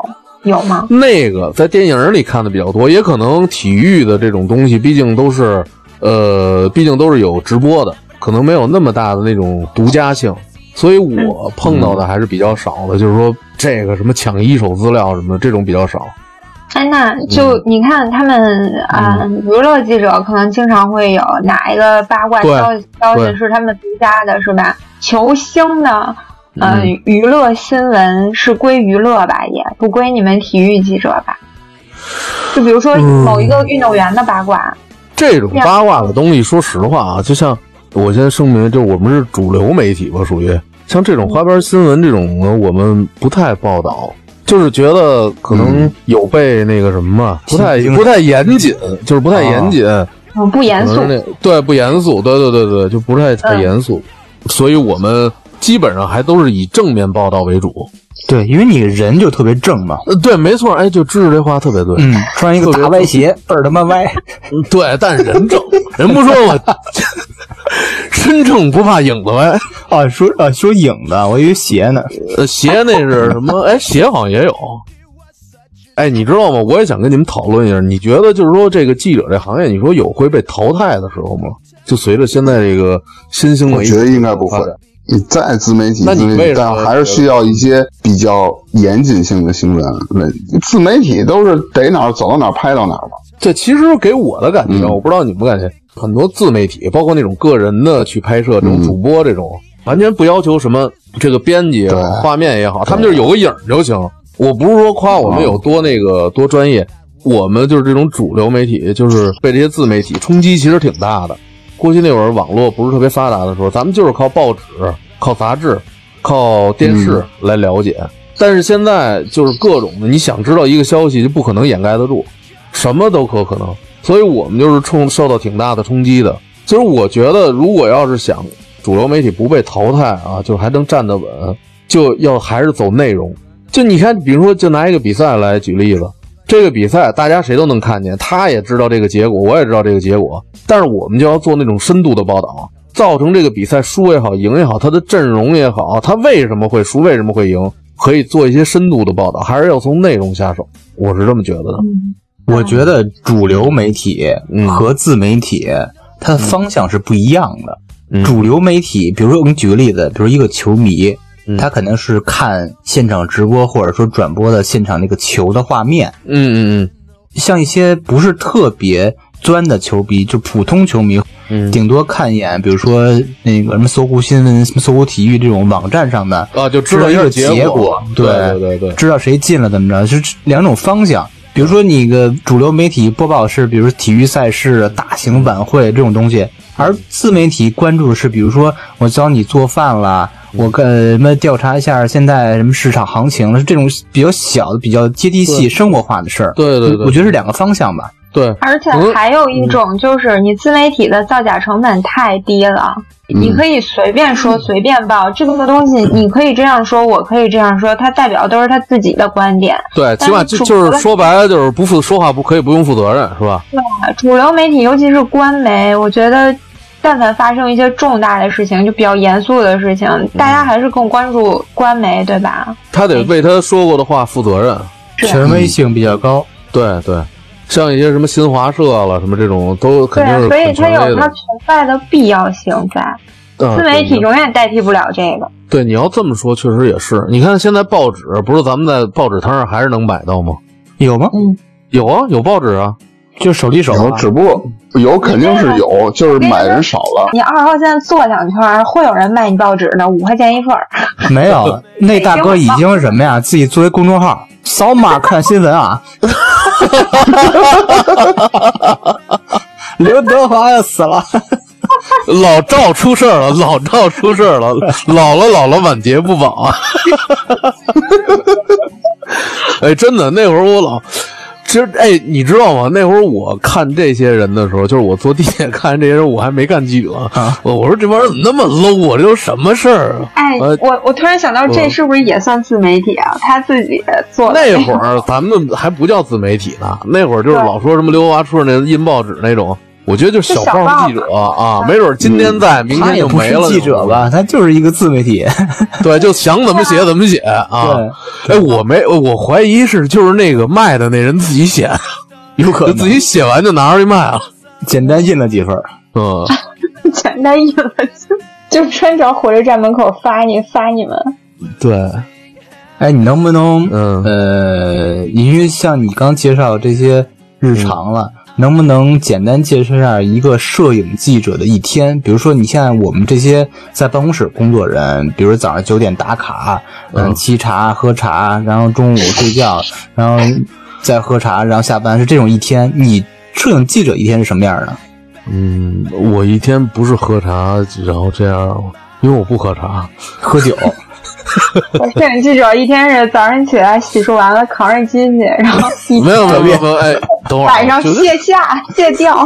有吗？
那个在电影里看的比较多，也可能体育的这种东西，毕竟都是呃，毕竟都是有直播的，可能没有那么大的那种独家性，所以我碰到的还是比较少的，就是说这个什么抢一手资料什么的这种比较少。
哎，那
嗯
就你看他们啊，娱乐记者可能经常会有哪一个八卦
对
消息，消息
对
是他们独家的，是吧？球星的呃
嗯
娱乐新闻是归娱乐吧，也不归你们体育记者吧？就比如说
嗯
某一个运动员的八卦，
这种八卦的东西，说实话啊，就像我先声明，就是我们是主流媒体吧，属于像这种花边新闻这种的，我们不太报道，就是觉得可能有被那个什么嘛，不太
神经
不太严谨，就是不太严谨，
嗯，不严
可
肃
能，是那对不严肃，对对对对，就不太太
嗯
严肃，所以我们基本上还都是以正面报道为主。
对，因为你人就特别正嘛。
呃，对，没错，哎，就知识这话特别对，
嗯，穿一个
特别
大歪鞋，倍儿他妈 歪。
对，但人正，人不说我 身正不怕影子歪。
啊，说啊说影子，我以为鞋呢。
呃，鞋那是什么？哎，鞋好像也有。哎，你知道吗？我也想跟你们讨论一下，你觉得就是说这个记者这行业，你说有会被淘汰的时候吗？就随着现在这个新兴啊
我
媒体
觉得应该不会
发展，
你再自媒体，
那你
自媒体
为什么
但还是需要一些比较严谨性的新闻。对自媒体都是逮哪儿走到哪儿拍到哪儿吧。
这其实给我的感觉，
嗯
我不知道你们感觉，很多自媒体，包括那种个人的去拍摄，这
嗯
种主播这种，完全不要求什么这个编辑、啊
对
画面也好，他们就是有个影儿就行。我不是说夸
啊
我们有多那个多专业，我们就是这种主流媒体，就是被这些自媒体冲击其实挺大的。过去那会儿网络不是特别发达的时候，咱们就是靠报纸、靠杂志、靠电视来了解。但是现在就是各种的，你想知道一个消息就不可能掩盖得住，什么都可可能。所以我们就是冲受到挺大的冲击的。其实我觉得，如果要是想主流媒体不被淘汰啊，就还能站得稳，就要还是走内容。就你看，比如说，就拿一个比赛来举例子，这个比赛大家谁都能看见，他也知道这个结果，我也知道这个结果，但是我们就要做那种深度的报道，造成这个比赛输也好，赢也好，他的阵容也好，他为什么会输，为什么会赢，可以做一些深度的报道，还是要从内容下手，我是这么觉得的。
嗯，
我觉得主流媒体
嗯
和自媒体它的方向是不一样的。
嗯
主流媒体，比如说我给你举个例子，比如一个球迷
嗯，
他可能是看现场直播或者说转播的现场那个球的画面，
嗯嗯
像一些不是特别钻的球迷，就普通球迷，
嗯嗯，
顶多看一眼，比如说那个什么搜狐新闻、什么搜狐体育这种网站上的，
啊，就知
知
道
道
一
一
个
个
结
结果
对
对
对对，
知道谁进了怎么着，就是两种方向。比如说，你个主流媒体播报的是，比如说体育赛事、大型晚会这种东
嗯
西，而自媒体关注的是，比如说我教你做饭啦，我跟什么调查一下现在什么市场行情了，这种比较小的、比较接地气、生活化的事儿。
对对对
我觉得是两个方向吧。
对，
而且还有一种
嗯
就是你自媒体的造假成本太低了，
嗯
你可以随便说随便报这个东西，你可以这样说，我可以这样说，他代表都是他自己的观点。
对，起码就
但是
就
主
是
流
说白了，就是不负说话不可以不用负责任，是吧？
主流媒体，尤其是官媒，我觉得，但凡发生一些重大的事情，就比较严肃的事
嗯
情，大家还是更关注官媒，对吧？
他得为他说过的话负责任。
是
权威性比较高。
对对，像一些什么新华社了，什么这种都肯定
对，啊
是
所以
很
它
权威
有
的。
它存在的必要性在。
嗯
自媒体
对
永远代替不了这个。
对，你要这么说，确实也是。你看现在报纸，不是咱们在报纸摊上还是能买到吗？
有吗？
嗯，
有啊，有报纸啊，就手递手
啊
有，只不过有肯定是有，就是买人少了。
你二号线坐两圈儿，会有人卖你报纸的，五块钱一份儿。
没 有，那大哥已经是什么呀？自己作为公众号扫码看新闻啊。刘德华要死了，
老赵出事儿了，老赵出事儿了，老了老了晚节不保啊！ 哎，真的，那会儿我老，其实哎，你知道吗？那会儿我看这些人的时候，就是我坐地铁看这些人，我还没干记者，
啊
我我说这帮人怎么那么 low 啊？这都什么事儿啊？
哎，
呃
我我突然想到，这
嗯
是不是也算自媒体啊？他自己做 的。
那会儿咱们还不叫自媒体 呢，那会儿就是
对
老说什么刘华春那印报纸那种，我觉得就是小报记者嗯啊，没准今天在，明
他
天
也
就
不
没
是
了。
记者吧？他就是一个自媒体。
对，就想怎么写怎么写啊。哎，我没，我怀疑是就是那个卖的那人自己写， 有可能自己写完就拿出去卖了。
对，简单印了几份儿。
嗯，
简单印了就就专找火车站门口发你发你们。
对，
哎，你能不能
嗯
呃，因为像你刚介绍这些日常
嗯
了，能不能简单介绍一下一个摄影记者的一天？比如说，你现在我们这些在办公室工作人，比如早上九点打卡，嗯，
嗯
沏茶喝茶，然后中午 睡觉，然后再喝茶，然后下班，是这种一天。你摄影记者一天是什么样的？
嗯，我一天不是喝茶，然后这样，因为我不喝茶。
喝酒，
我摄影记者一天是早上起来洗漱完了扛着机器，然 后一
没有没有没有，没有哎，等会儿啊
晚上
就是
卸下卸掉。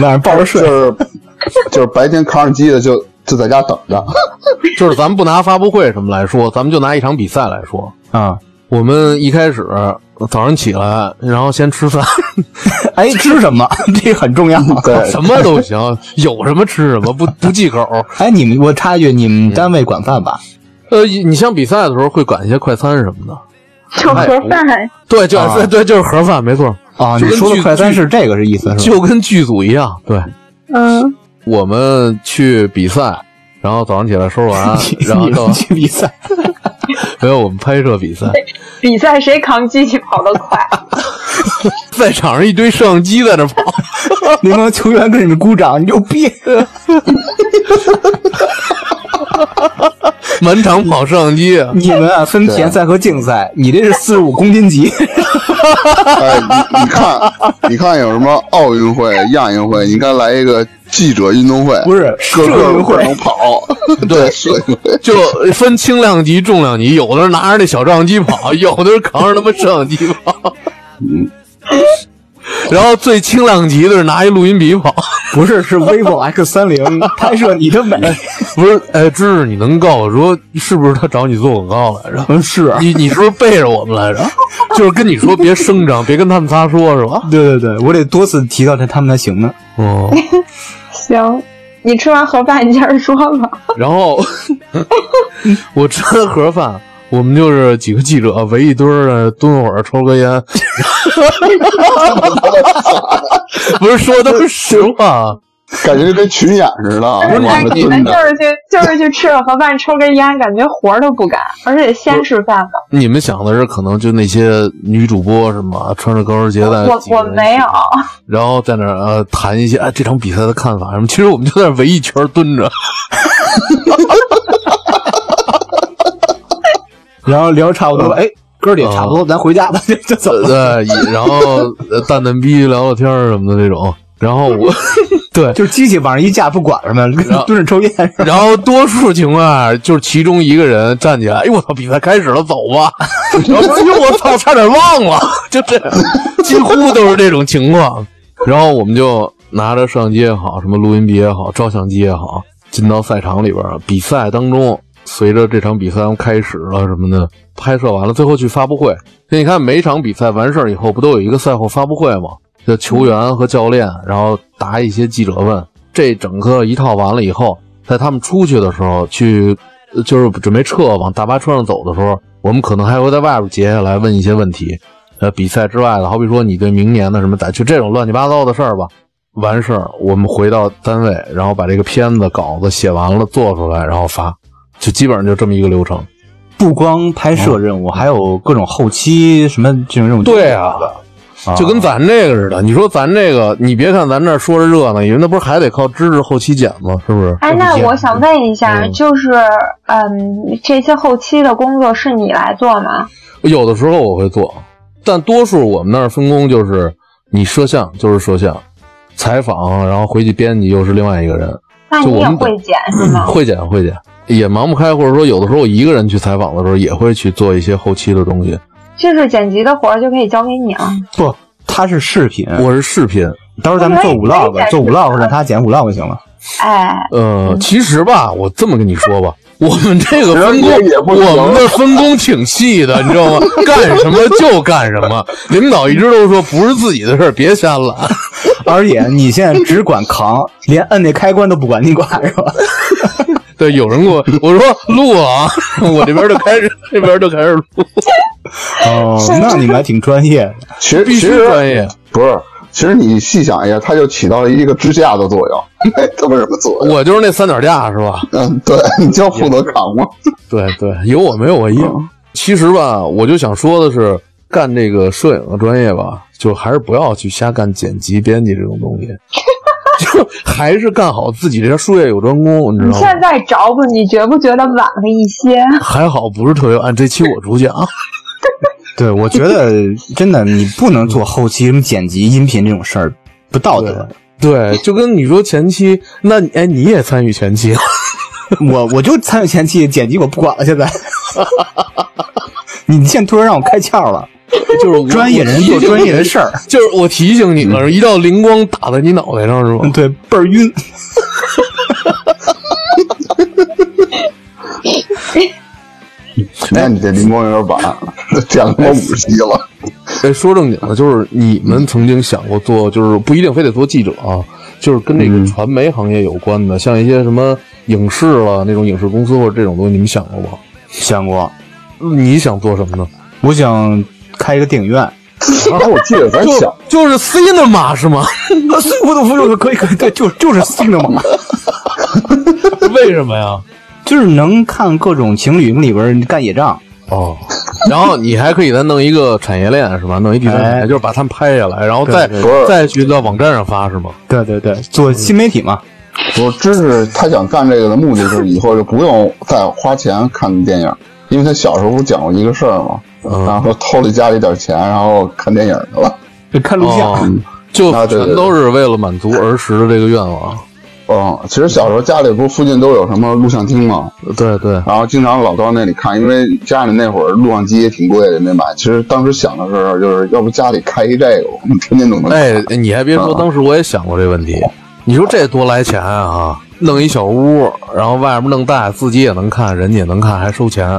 晚上抱着
就
睡，
是就是白天扛着机的就就在家等着，
就是咱们不拿发布会什么来说，咱们就拿一场比赛来说。
啊、
我们一开始早上起来，然后先吃 饭，
哎，吃什么？ 这个很重 要。
对，
什么都行，有什么吃什么，不不忌口。
哎，你们，我插一句，你们单位管饭吧？
呃，你像比赛的时候会管一些快餐什么的，
就盒饭，
对，就
啊
对对，就是盒饭，没错，
啊，
就
你
跟
说
剧
的快餐
剧
是这个是意思是吧？，
就跟剧组一样。对
嗯，
我们去比赛，然后早上起来收拾完然后
你
到
们去比赛，
没有我们拍摄比赛，
比赛谁扛机器跑得 快？
在场上一堆摄像机在那跑，
那帮球员跟 你们鼓掌，牛逼！
满场跑摄像机。
你 们啊，分田赛和竞赛，你这是四十五公斤 级，
哎，你你看，你看有什么奥运会、亚运会，你应该来一个记者运动会，
不是社
各
运
个
会
各种跑， 对，社运会，
就分轻量级、重量级，有的是拿着那小照相机跑，有的是扛着他妈摄像机跑。 然后最轻量级的是拿一录音笔跑，
不是是 vivo X 三 零拍摄你的美，
不是？哎，知识你能告诉我说是不是他找你做广告来着？
嗯是，
你你是不是背着我们来着？就是跟你说别声张，别跟他们仨说，是吧？
对对对，我得多次提到他他们才行呢。
哦，
行，你吃完盒饭你接着说吧。
然后我吃完盒饭，我们就是几个记者围一堆儿呃蹲会儿，抽根烟。 不是说都是实话，啊
感觉就跟群演似的，
哎
往
但
那
是你
蹲
们
着
就。是去就是去吃了盒饭，抽根烟，感觉活儿都不干，而且先吃饭吧。
你们想的是可能就那些女主播是吗？穿着高跟鞋在
我
几个
我
人
没有，
然后在那儿呃谈一些啊、这场比赛的看法什么。其实我们就在那儿围一圈儿蹲着，
然后聊差不多了，哎，哥儿也差不多，咱回家吧， 就就走了。
对，以然后呃蛋蛋逼聊聊天儿什么的这种。然后我 对，
就是机器往上一架，不管了嘛，
后
蹲着抽烟是 吧？
然后多数情况下，就是其中一个人站起来，哎呦我操，比赛开始了，走吧。然后说，哎呦我操，差点忘了，就这样，几乎都是这种情况。然后我们就拿着摄像机也好，什么录音笔也好，照相机也好，进到赛场里边儿，比赛当中，随着这场比赛开始了什么的，拍摄完了，最后去发布会。那你看每一场比赛完事儿以后，不都有一个赛后发布会吗？就球员和教练，然后答一些记者问。这整个一套完了以后，在他们出去的时候，去呃就是准备撤往大巴车上走的时候，我们可能还会在外边截下来问一些问题。呃，比赛之外的，好比说你对明年的什么打，就这种乱七八糟的事儿吧。完事儿，我们回到单位，然后把这个片子稿子写完了，做出来，然后发，就基本上就这么一个流程。
不光拍摄任务，还有各种后期什么这种任务。
对啊，就跟咱这个似的。你说咱这个，你别看咱这儿说着热闹，因为那不是还得靠知识后期剪吗？是不是？
哎，那我想问一下，
嗯
就是嗯，这些后期的工作是你来做吗？
有的时候我会做，但多数我们那儿分工就是，你摄像就是摄像，采访，然后回去编辑又是另外一个人，
那
就
你
我
也
们嗯
会剪是吗？
会剪会剪，也忙不开，或者说有的时候我一个人去采访的时候，也会去做一些后期的东西。
就是剪辑的活儿就可以交给你了。
嗯
不，它是视频，
嗯
我是视频，
到时候咱们做
我可以可以
vlog，
改
做 vlog 让他剪 vlog 就行了。
哎，
嗯
呃，其实吧，我这么跟你 说吧，我们这个分工
人家也，不行
我们的分工挺细的，你知道吗？干什么就干什么，领导一直都说不是自己的事儿，别瞎揽。
而且你现在只管 扛，连摁那开关都不管你管是吧？
对，有人给 我我说录啊，我这边就 开始，这边就开始录，
哦，那你们还挺专业的。
其实
必
其
须
实
专业。
不是，其实你细想一下，它就起到了一个支架的作用， 没他妈什么作用。
我就是那三脚架是吧？
嗯，对， 你就负责扛嘛。
对对，有我没有我一样。嗯其实吧，我就想说的是，干这个摄影的专业吧，就还是不要去瞎干剪辑、编辑这种 东西，就还是干好自己这术业有专攻，你知
你
道吗
现？在找补，你觉不觉得晚了一些？
还好不是特别按这期我啊主 讲，
对，我觉得真的你不能做后期什么剪辑、音频这种事儿，不道德。
对，就跟你说前期，那你哎你也参与前 期，
我我就参与前期剪辑，我不管了。 现在，你现在突然让我开窍了，
就是我
专业人做专业的事儿。
就是我提醒你了，一道灵光打在你脑袋上是吧
嗯，？ 对，倍儿晕。
哎那你这灵光有点 晚，讲他妈五十 集了。
哎，说正经的，就是你们曾经想过做，就是不一定非得做记者啊，就是跟这个传媒行业有关的，像一些什么影视了那种影视公司或者这种东西，你们想过吗？
想过，
你想做什么呢？
我想开一个电影院。
然哎后我记得咱
就
小
就是 cinema 是吗？
我都不用，可以可以，对，就就是 cinema。
为什么呀？
就是能看各种情侣里边干野仗，
哦，然后你还可以再弄一个产业链是吧？弄一第三产业，
哎
就是把他们拍下来，然后再
对
对对
再去到网站上发是吗？
对对对，做新媒体嘛，
我支持他想干这个的目的就是以后就不用再花钱看电影，因为他小时候不讲过一个事儿嘛，
嗯
然后偷了家里点钱，然后看电影去了。
就看录像。
哦，就
啊对对
全
对
都是为了满足儿时的这个愿望。
嗯，其实小时候家里不是附近都有什么录像厅嘛，
对对，
然后经常老到那里看，因为家里那会儿录像机也挺贵的，没买。其实当时想的时候，就是要不家里开一这个，我们天天都能看。
哎，你还别说，
啊
当时我也想过这问题。你说这多来钱啊！弄一小屋，然后外面弄大，自己也能看，人家也能看，还收钱，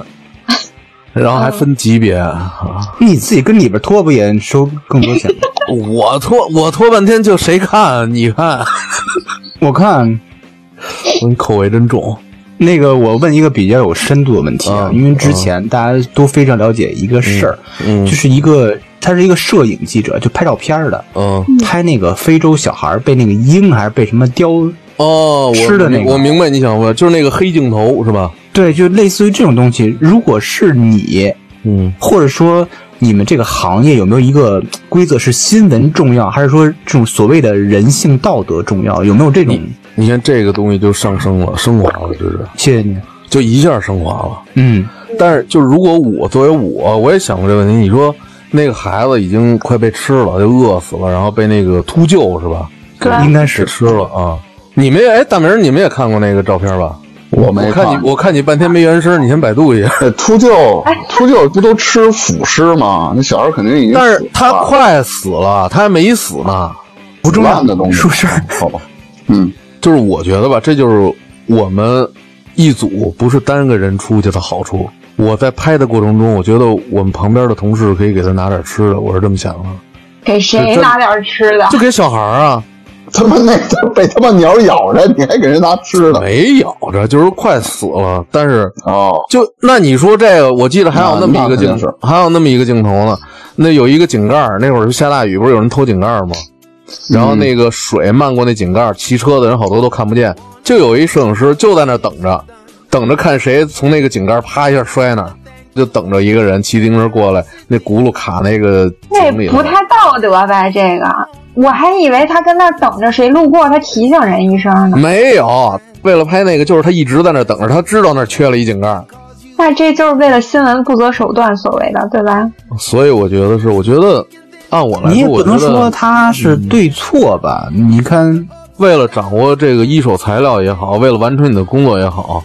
然后还分级别。
你自己跟里边拖不也收更多 钱吗？
我拖我拖半天，就谁看？你看，
我看
你口味真重。
那个，我问一个比较有深度的问题啊，
嗯
因为之前大家都非常了解一个事儿，
嗯
就是一个他是一个摄影记者，就拍照片儿的，
嗯，
拍那个非洲小孩儿被那个鹰还是被什么叼，
哦，我
吃的那个
我明白你想问，就是那个黑镜头是吧？
对，就类似于这种东西。如果是你，
嗯，
或者说你们这个行业有没有一个呃规则是新闻重要，还是说这种所谓的人性道德重要？有没有这种？
你看这个东西就上升了，升华了，就是
谢谢你。
就一下升华了。
嗯，
但是，就如果我作为我，我也想过这个问题。你说那个孩子已经快被吃了，就饿死了，然后被那个秃鹫是吧？
对，
应该
给
是
吃了啊！你们也哎，大明儿，你们也看过那个照片吧？
我没
我看
看
你，我看你半天没原声，你先百度一下。
哎秃鹫，秃鹫不都吃腐尸吗？那小孩肯定已经
但是
死
他
了
快死了，他还没死呢。
不重要
烂的东西
说事儿。
好吧，嗯，
就是我觉得吧，这就是我们一组不是单个人出去的好处。我在拍的过程中，我觉得我们旁边的同事可以给他拿点吃的，我是这么想的，
给谁拿点吃的？
就给小孩儿啊。
他妈那他被他妈鸟咬着，你还给人拿吃的？
没咬着，就是快死了。但是
哦，
就那你说这个，我记得还有那么一个镜
那那肯定是，
还有那么一个镜头呢。那有一个井盖儿，那会儿下大雨，不是有人偷井盖儿吗？然
嗯
后那个水漫过那井盖儿，骑车的人好多都看不见。就有一摄影师就在那儿等着，等着看谁从那个井盖儿啪一下摔那儿，就等着一个人骑自行车过来，那轱辘卡那个
那
井里
不
了。
太道德吧？这个，我还以为他跟那儿等着谁路过，他提醒人一声呢。
没有，为了拍那个，就是他一直在那儿等着，他知道那儿缺了一井盖儿，
那这就是为了新闻不择手段所谓的，对吧？
所以我觉得是，我觉得按我来
你也
说，我
不
觉
能
得
说他是对错吧？你看，
为了掌握这个一手材料也好，为了完成你的工作也好，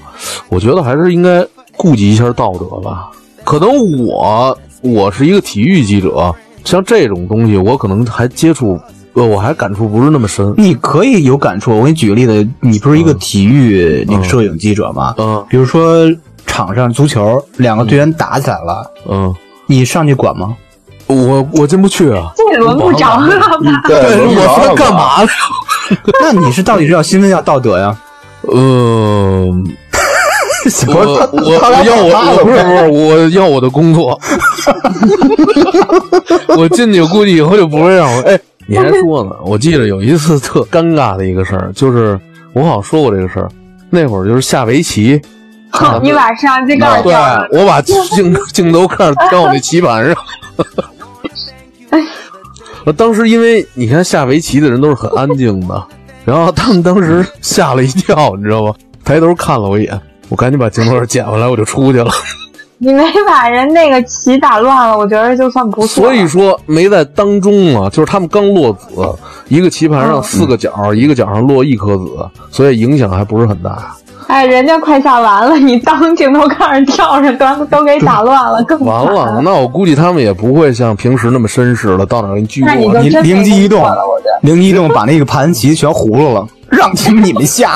我觉得还是应该顾及一下道德吧。可能我我是一个体育记者，像这种东西，我可能还接触，呃，我还感触不是那么深。
你可以有感触。我给你举个例子，你不是一个体育那个摄影记者吗？
嗯
比如说场上足球两个队员打起来了，
嗯，
你上去管吗？
我我进不去啊。
这轮不着了吧？
对， 轮不着
我
了
说干？嘛呢？
那你是到底是要新闻要道德呀？
嗯，
不
我
是他
我
他俩
要我
打
我
了
不是
呗
不是我要我的工作， 我进去估计以后就不会让我哎， 你还说呢？我记得有一次特尴尬的一个事儿，就是我好像说过这个事儿，那会儿就是下围棋，嗯
哼， 你把摄像机告诉
对啊
我，
我 把镜镜头看到我那棋盘上。我当时因为你看下围棋的人都是很安静的，然后他们当时吓了一跳，你知道吗？抬头看了我一眼，我赶紧把镜头捡回来，我就出去了。
你没把人那个棋打乱了，我觉得就算不错。
所以说没在当中啊，就是他们刚落子，一个棋盘上
嗯
四个角，一个角上落一颗子，所以影响还不是很大。
哎，人家快下完了，你当镜头看着跳着，都都给打乱了，更惨
完了，。那我估计他们也不会像平时那么绅士了，到哪儿给你鞠
那你
躬
就
啊。
你
真没
灵机一动
工作了，我觉得。
灵机一动把那个盘棋全糊弄了， 让你们你们下。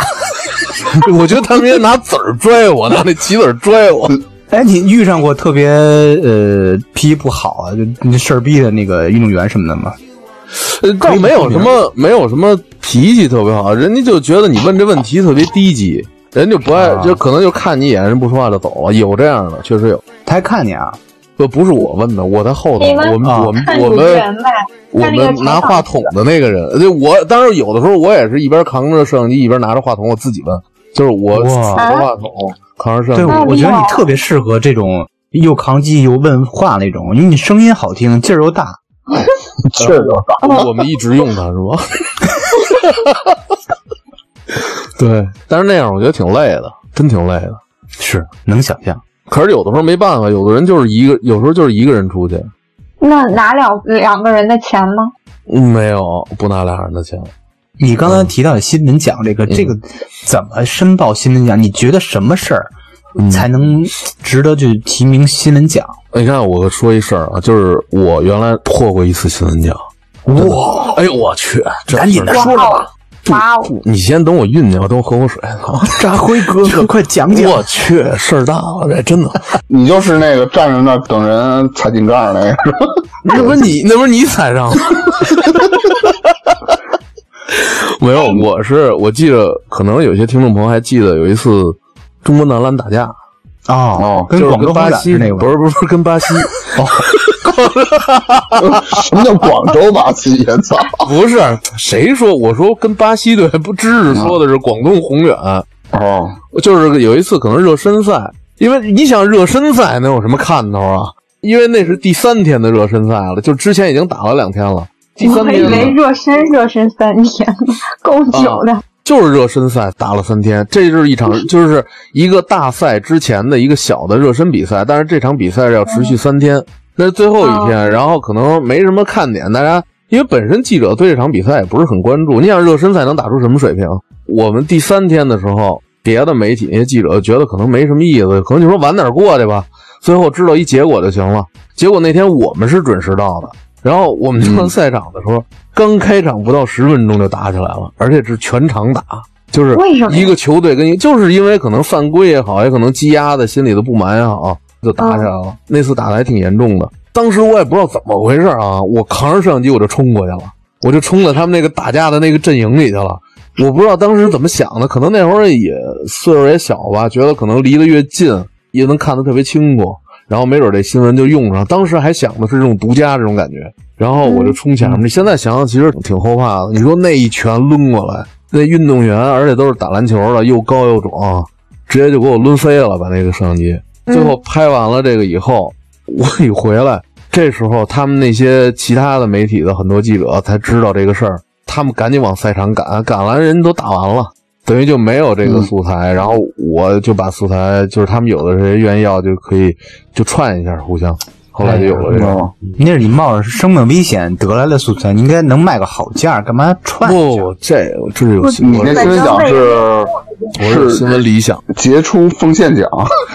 我觉得他们也拿子儿拽我，拿那棋子儿拽我。
嗯
哎，你遇上过特别呃脾气不好啊，就那事儿逼的那个运动员什么的吗？
呃
嗯
倒没有什么，没有什么脾气特别好，人家就觉得你问这问题特别低级，人就不爱，
啊
就可能就看你一眼，人不说话就走了。有这样的，确实有。
他还看你啊？
不不是我问的，我在后头，
你们
我们
啊
我们
看
我
主持
们
人呗，
我
看那个
们
采
拿
访
话筒的那个人，呃对我当然有的时候我也是一边扛着摄像机一边拿着话筒，我自己问，就是我
哇
扛着话筒，扛着摄
对，
像头，
我我啊觉得
那厉
你
害
特别适合这种又扛机又问话那种，因为你声音好听，劲儿又大。
确实大。
我们一直用它是吧？ 对，但是那样我觉得挺累的，真挺累的。
是能想象，
可是有的时候没办法，有的人就是一个，有时候就是一个人出去，
那拿了两个人的钱吗？
嗯没有不拿俩人的钱。
你刚才提到新闻奖
嗯
这个，这个怎么申报新闻奖？你觉得什么事儿
嗯
才能值得去提名新 闻奖？
哎你看，我说一事儿啊，就是我原来破过一次新闻奖。哇！哎呦我去，真
赶紧的
是
说了吧，
哇哦！
你先等我酝酿，我等我喝口水。
哎扎辉哥哥，快讲讲！
我去，事儿大了，这真的。
你就是那个站着那儿等人踩井盖儿那个，
那不是你， 那不是你踩 上了。没有，我是我记得，可能有些听众朋友还记得有一次中国男篮打架，
哦
哦，
跟
就是
广州
巴
红展
西
是那个
不是不是不是跟 巴西，
什么叫广州吧唧？操！
不是谁说我说跟巴西队不只
啊
是说的是广东宏远，
哦，
就是有一次可能热身赛，因为你想热身赛能有什么看头啊？因为那是第三天的热身赛了，就之前已经打了两天了。啊第三
我以
天呢
为热身热身三天呢，够久的。
就是热身赛打了三天，这就是一场，就是一个大赛之前的一个小的热身比赛，但是这场比赛要持续三天，那是最后一天，然后可能没什么看点，大家因为本身记者对这场比赛也不是很关注，你想热身赛能打出什么水平？我们第三天的时候，别的媒体那些记者觉得可能没什么意思，可能就说晚点过去吧，最后知道一结果就行了。结果那天我们是准时到的，然后我们到赛场的时候，刚开场不到十分钟就打起来了，而且是全场打，就是
为什么呀
一个球队跟一，就是因为可能犯规也好，也可能积压的心里的不满也好，就打起来
哦
了。那次打的还挺严重的，当时我也不知道怎么回事啊，我扛着摄像机我就冲过去了，我就冲到他们那个打架的那个阵营里去了。我不知道当时怎么想的，可能那会儿也岁数也小吧，觉得可能离得越近也能看得特别清楚，然后没准这新闻就用上。当时还想的是这种独家这种感觉，然后我就冲前面。你现在想想，其实挺后怕的。你说那一拳抡过来，那运动员而且都是打篮球的，又高又壮，直接就给我抡飞了，把那个摄像机。最后拍完了这个以后，我一回来，这时候他们那些其他的媒体的很多记者才知道这个事儿，他们赶紧往赛场赶，赶完人都打完了。等于就没有这个素材，然后我就把素材，就是他们有的谁愿意要就可以就串一下互相，后来就有了这个。
哦，
那是你冒着生命危险得来的素材，你应该能卖个好价，干嘛串哦一下？
不、这这是有新
你
闻，
那新闻奖是
我是有新闻理想。
杰出奉献 奖，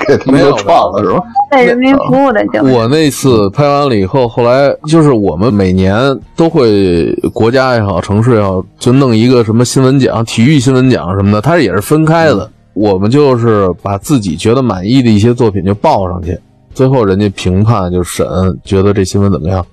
给他们
没有
都串了是吧？
为人民服务的就
我那次拍完了以后，后来就是我们每年都会国家也好，城市也好，就弄一个什么新闻奖、体育新闻奖什么的，它也是分开的。我们就是把自己觉得满意的一些作品就报上去，最后人家评判就审，觉得这新闻怎么样。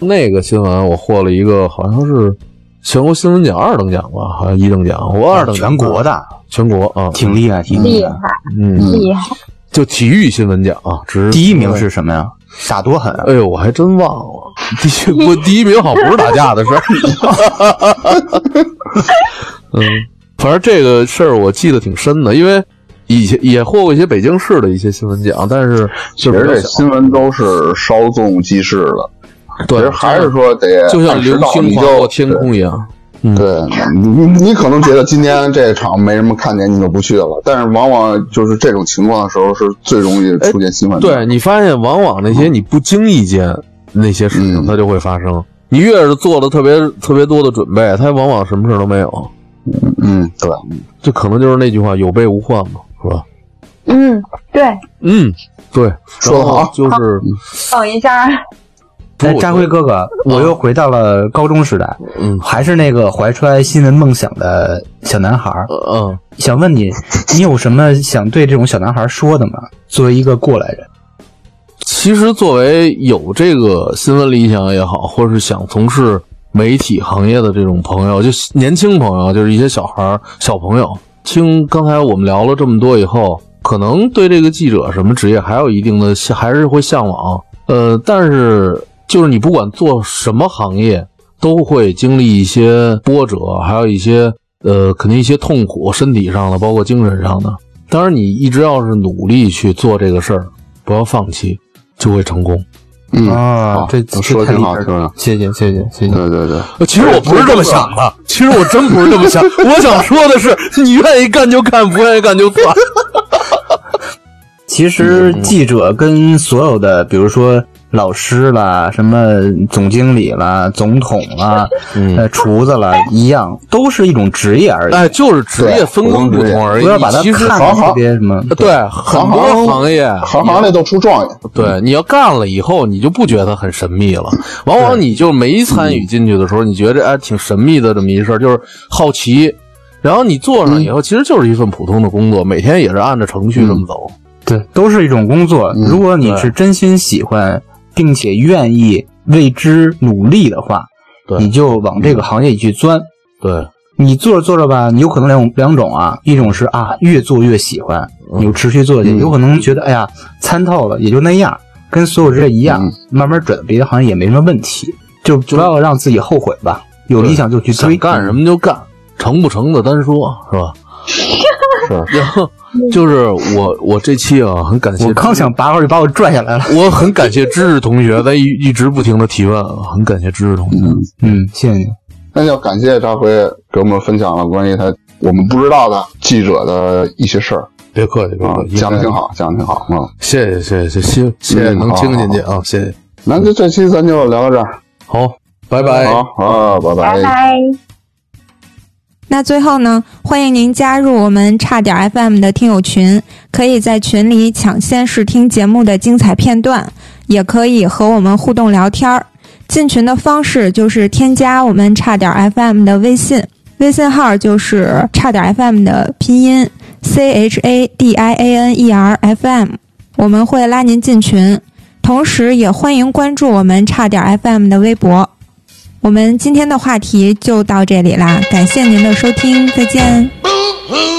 那个新闻啊我获了一个好像是全国新闻奖二等奖吧，好像一等奖或二等奖
全国的，
全国啊，
挺厉害，挺
厉
厉
害
害。
嗯，
厉害，
就体育新闻奖啊，只是
第一名是什么呀？打多狠啊！
哎呦，我还真忘了，第一不第一名好像不是打架的事儿。 嗯，反正这个事儿我记得挺深的，因为以前也获过一些北京市的一些新闻奖，但是
其
就
实
是比
这
较小。
新闻都是稍纵即逝的，其
对
实，还是说得
就像
按时
流
到
星
你
划过
就
天空一样。
对你，你可能觉得今天这场没什么看点，你就不去了。但是往往就是这种情况的时候，是最容易出现新闻的。
哎对你发现，往往那些你不经意间那些事情，
嗯
它就会发生。你越是做了特别特别多的准备，它往往什么事儿都没有。
嗯，对，
这可能就是那句话“有备无患”嘛，是吧？
嗯，对，
嗯，对，
说得好嗯
然后就是。
等一下，
不
哎，
我
扎
觉
辉
得
哥哥，我又回到了高中时代，
嗯
还是那个怀揣新闻梦想的小男孩儿。
嗯，
想问你，你有什么想对这种小男孩儿说的吗？作为一个过来人，
其实作为有这个新闻理想也好，或是想从事媒体行业的这种朋友，就年轻朋友，就是一些小孩儿、小朋友，听刚才我们聊了这么多以后，可能对这个记者什么职业还有一定的还是会向往。呃，但是就是你不管做什么行业，都会经历一些波折，还有一些呃，肯定一些痛苦，身体上的，包括精神上的。当然，你一直要是努力去做这个事儿，不要放弃，就会成功。
嗯，
啊
好，
这
都
这
说得
太
挺
励
好
志
听
了
的
谢谢谢谢谢谢。
对对对，
呃其实我不是这么想的， 其实我真不是这么想。 我想说的是， 你愿意干就干，不愿意干就算。
其实记者跟所有的，比如说老师啦、什么总经理啦、总统啦、
嗯
呃厨子啦一样，都是一种职业而已，
哎，就是职业分工不同而已。
不要把它
其实
看
好
得
好呃
特别什么。
对很多行业，
行行里都出状元。
对，
嗯
你要干了以后，你就不觉得它很神秘了。往往你就没参与进去的时候，你觉得哎挺神秘的这么一事儿，就是好奇。然后你做
嗯
上以后，其实就是一份普通的工作，每天也是按照程序这么走。
对，都是一种工作。
嗯
如果你是真心喜欢，并且愿意为之努力的话，
对
你就往这个行业里去钻。
对，
你做着做着吧，你有可能两两种啊，一种是啊越做越喜欢，
嗯
你就持续做下去；有可能觉得哎呀参透了，也就那样，跟所有职业
嗯
一样，慢慢转别的行业也没什么问题，就不要让自己后悔吧。有理想就去追，
想干什么就干，成不成的单说，是吧？是。然后就是我我这期啊，很感谢
我刚想拔高就把我拽下来了。
我很感谢知识同学在一一直不停的提问，啊，很感谢知识同学。
嗯，
嗯，谢谢你。
那要感谢张辉给我们分享了关于他我们不知道的记者的一些事儿
别客气，别
啊
客气，，
讲的挺，好，讲的挺好啊。
谢谢谢谢谢谢谢谢
嗯
能
好
听
好
进去啊，谢谢，
那这这期咱就聊到这儿，
好，拜拜。
好啊，拜
拜拜。
那最后呢，欢迎您加入我们差点 FM 的听友群，可以在群里抢先试听节目的精彩片段，也可以和我们互动聊天儿。进群的方式就是添加我们差点 FM 的微信，微信号就是差点 FM 的拼音 C H A D I A N E R F M，我们会拉您进群。同时，也欢迎关注我们差点 FM 的微博。我们今天的话题就到这里啦，感谢您的收听，再见。
Boo hoo.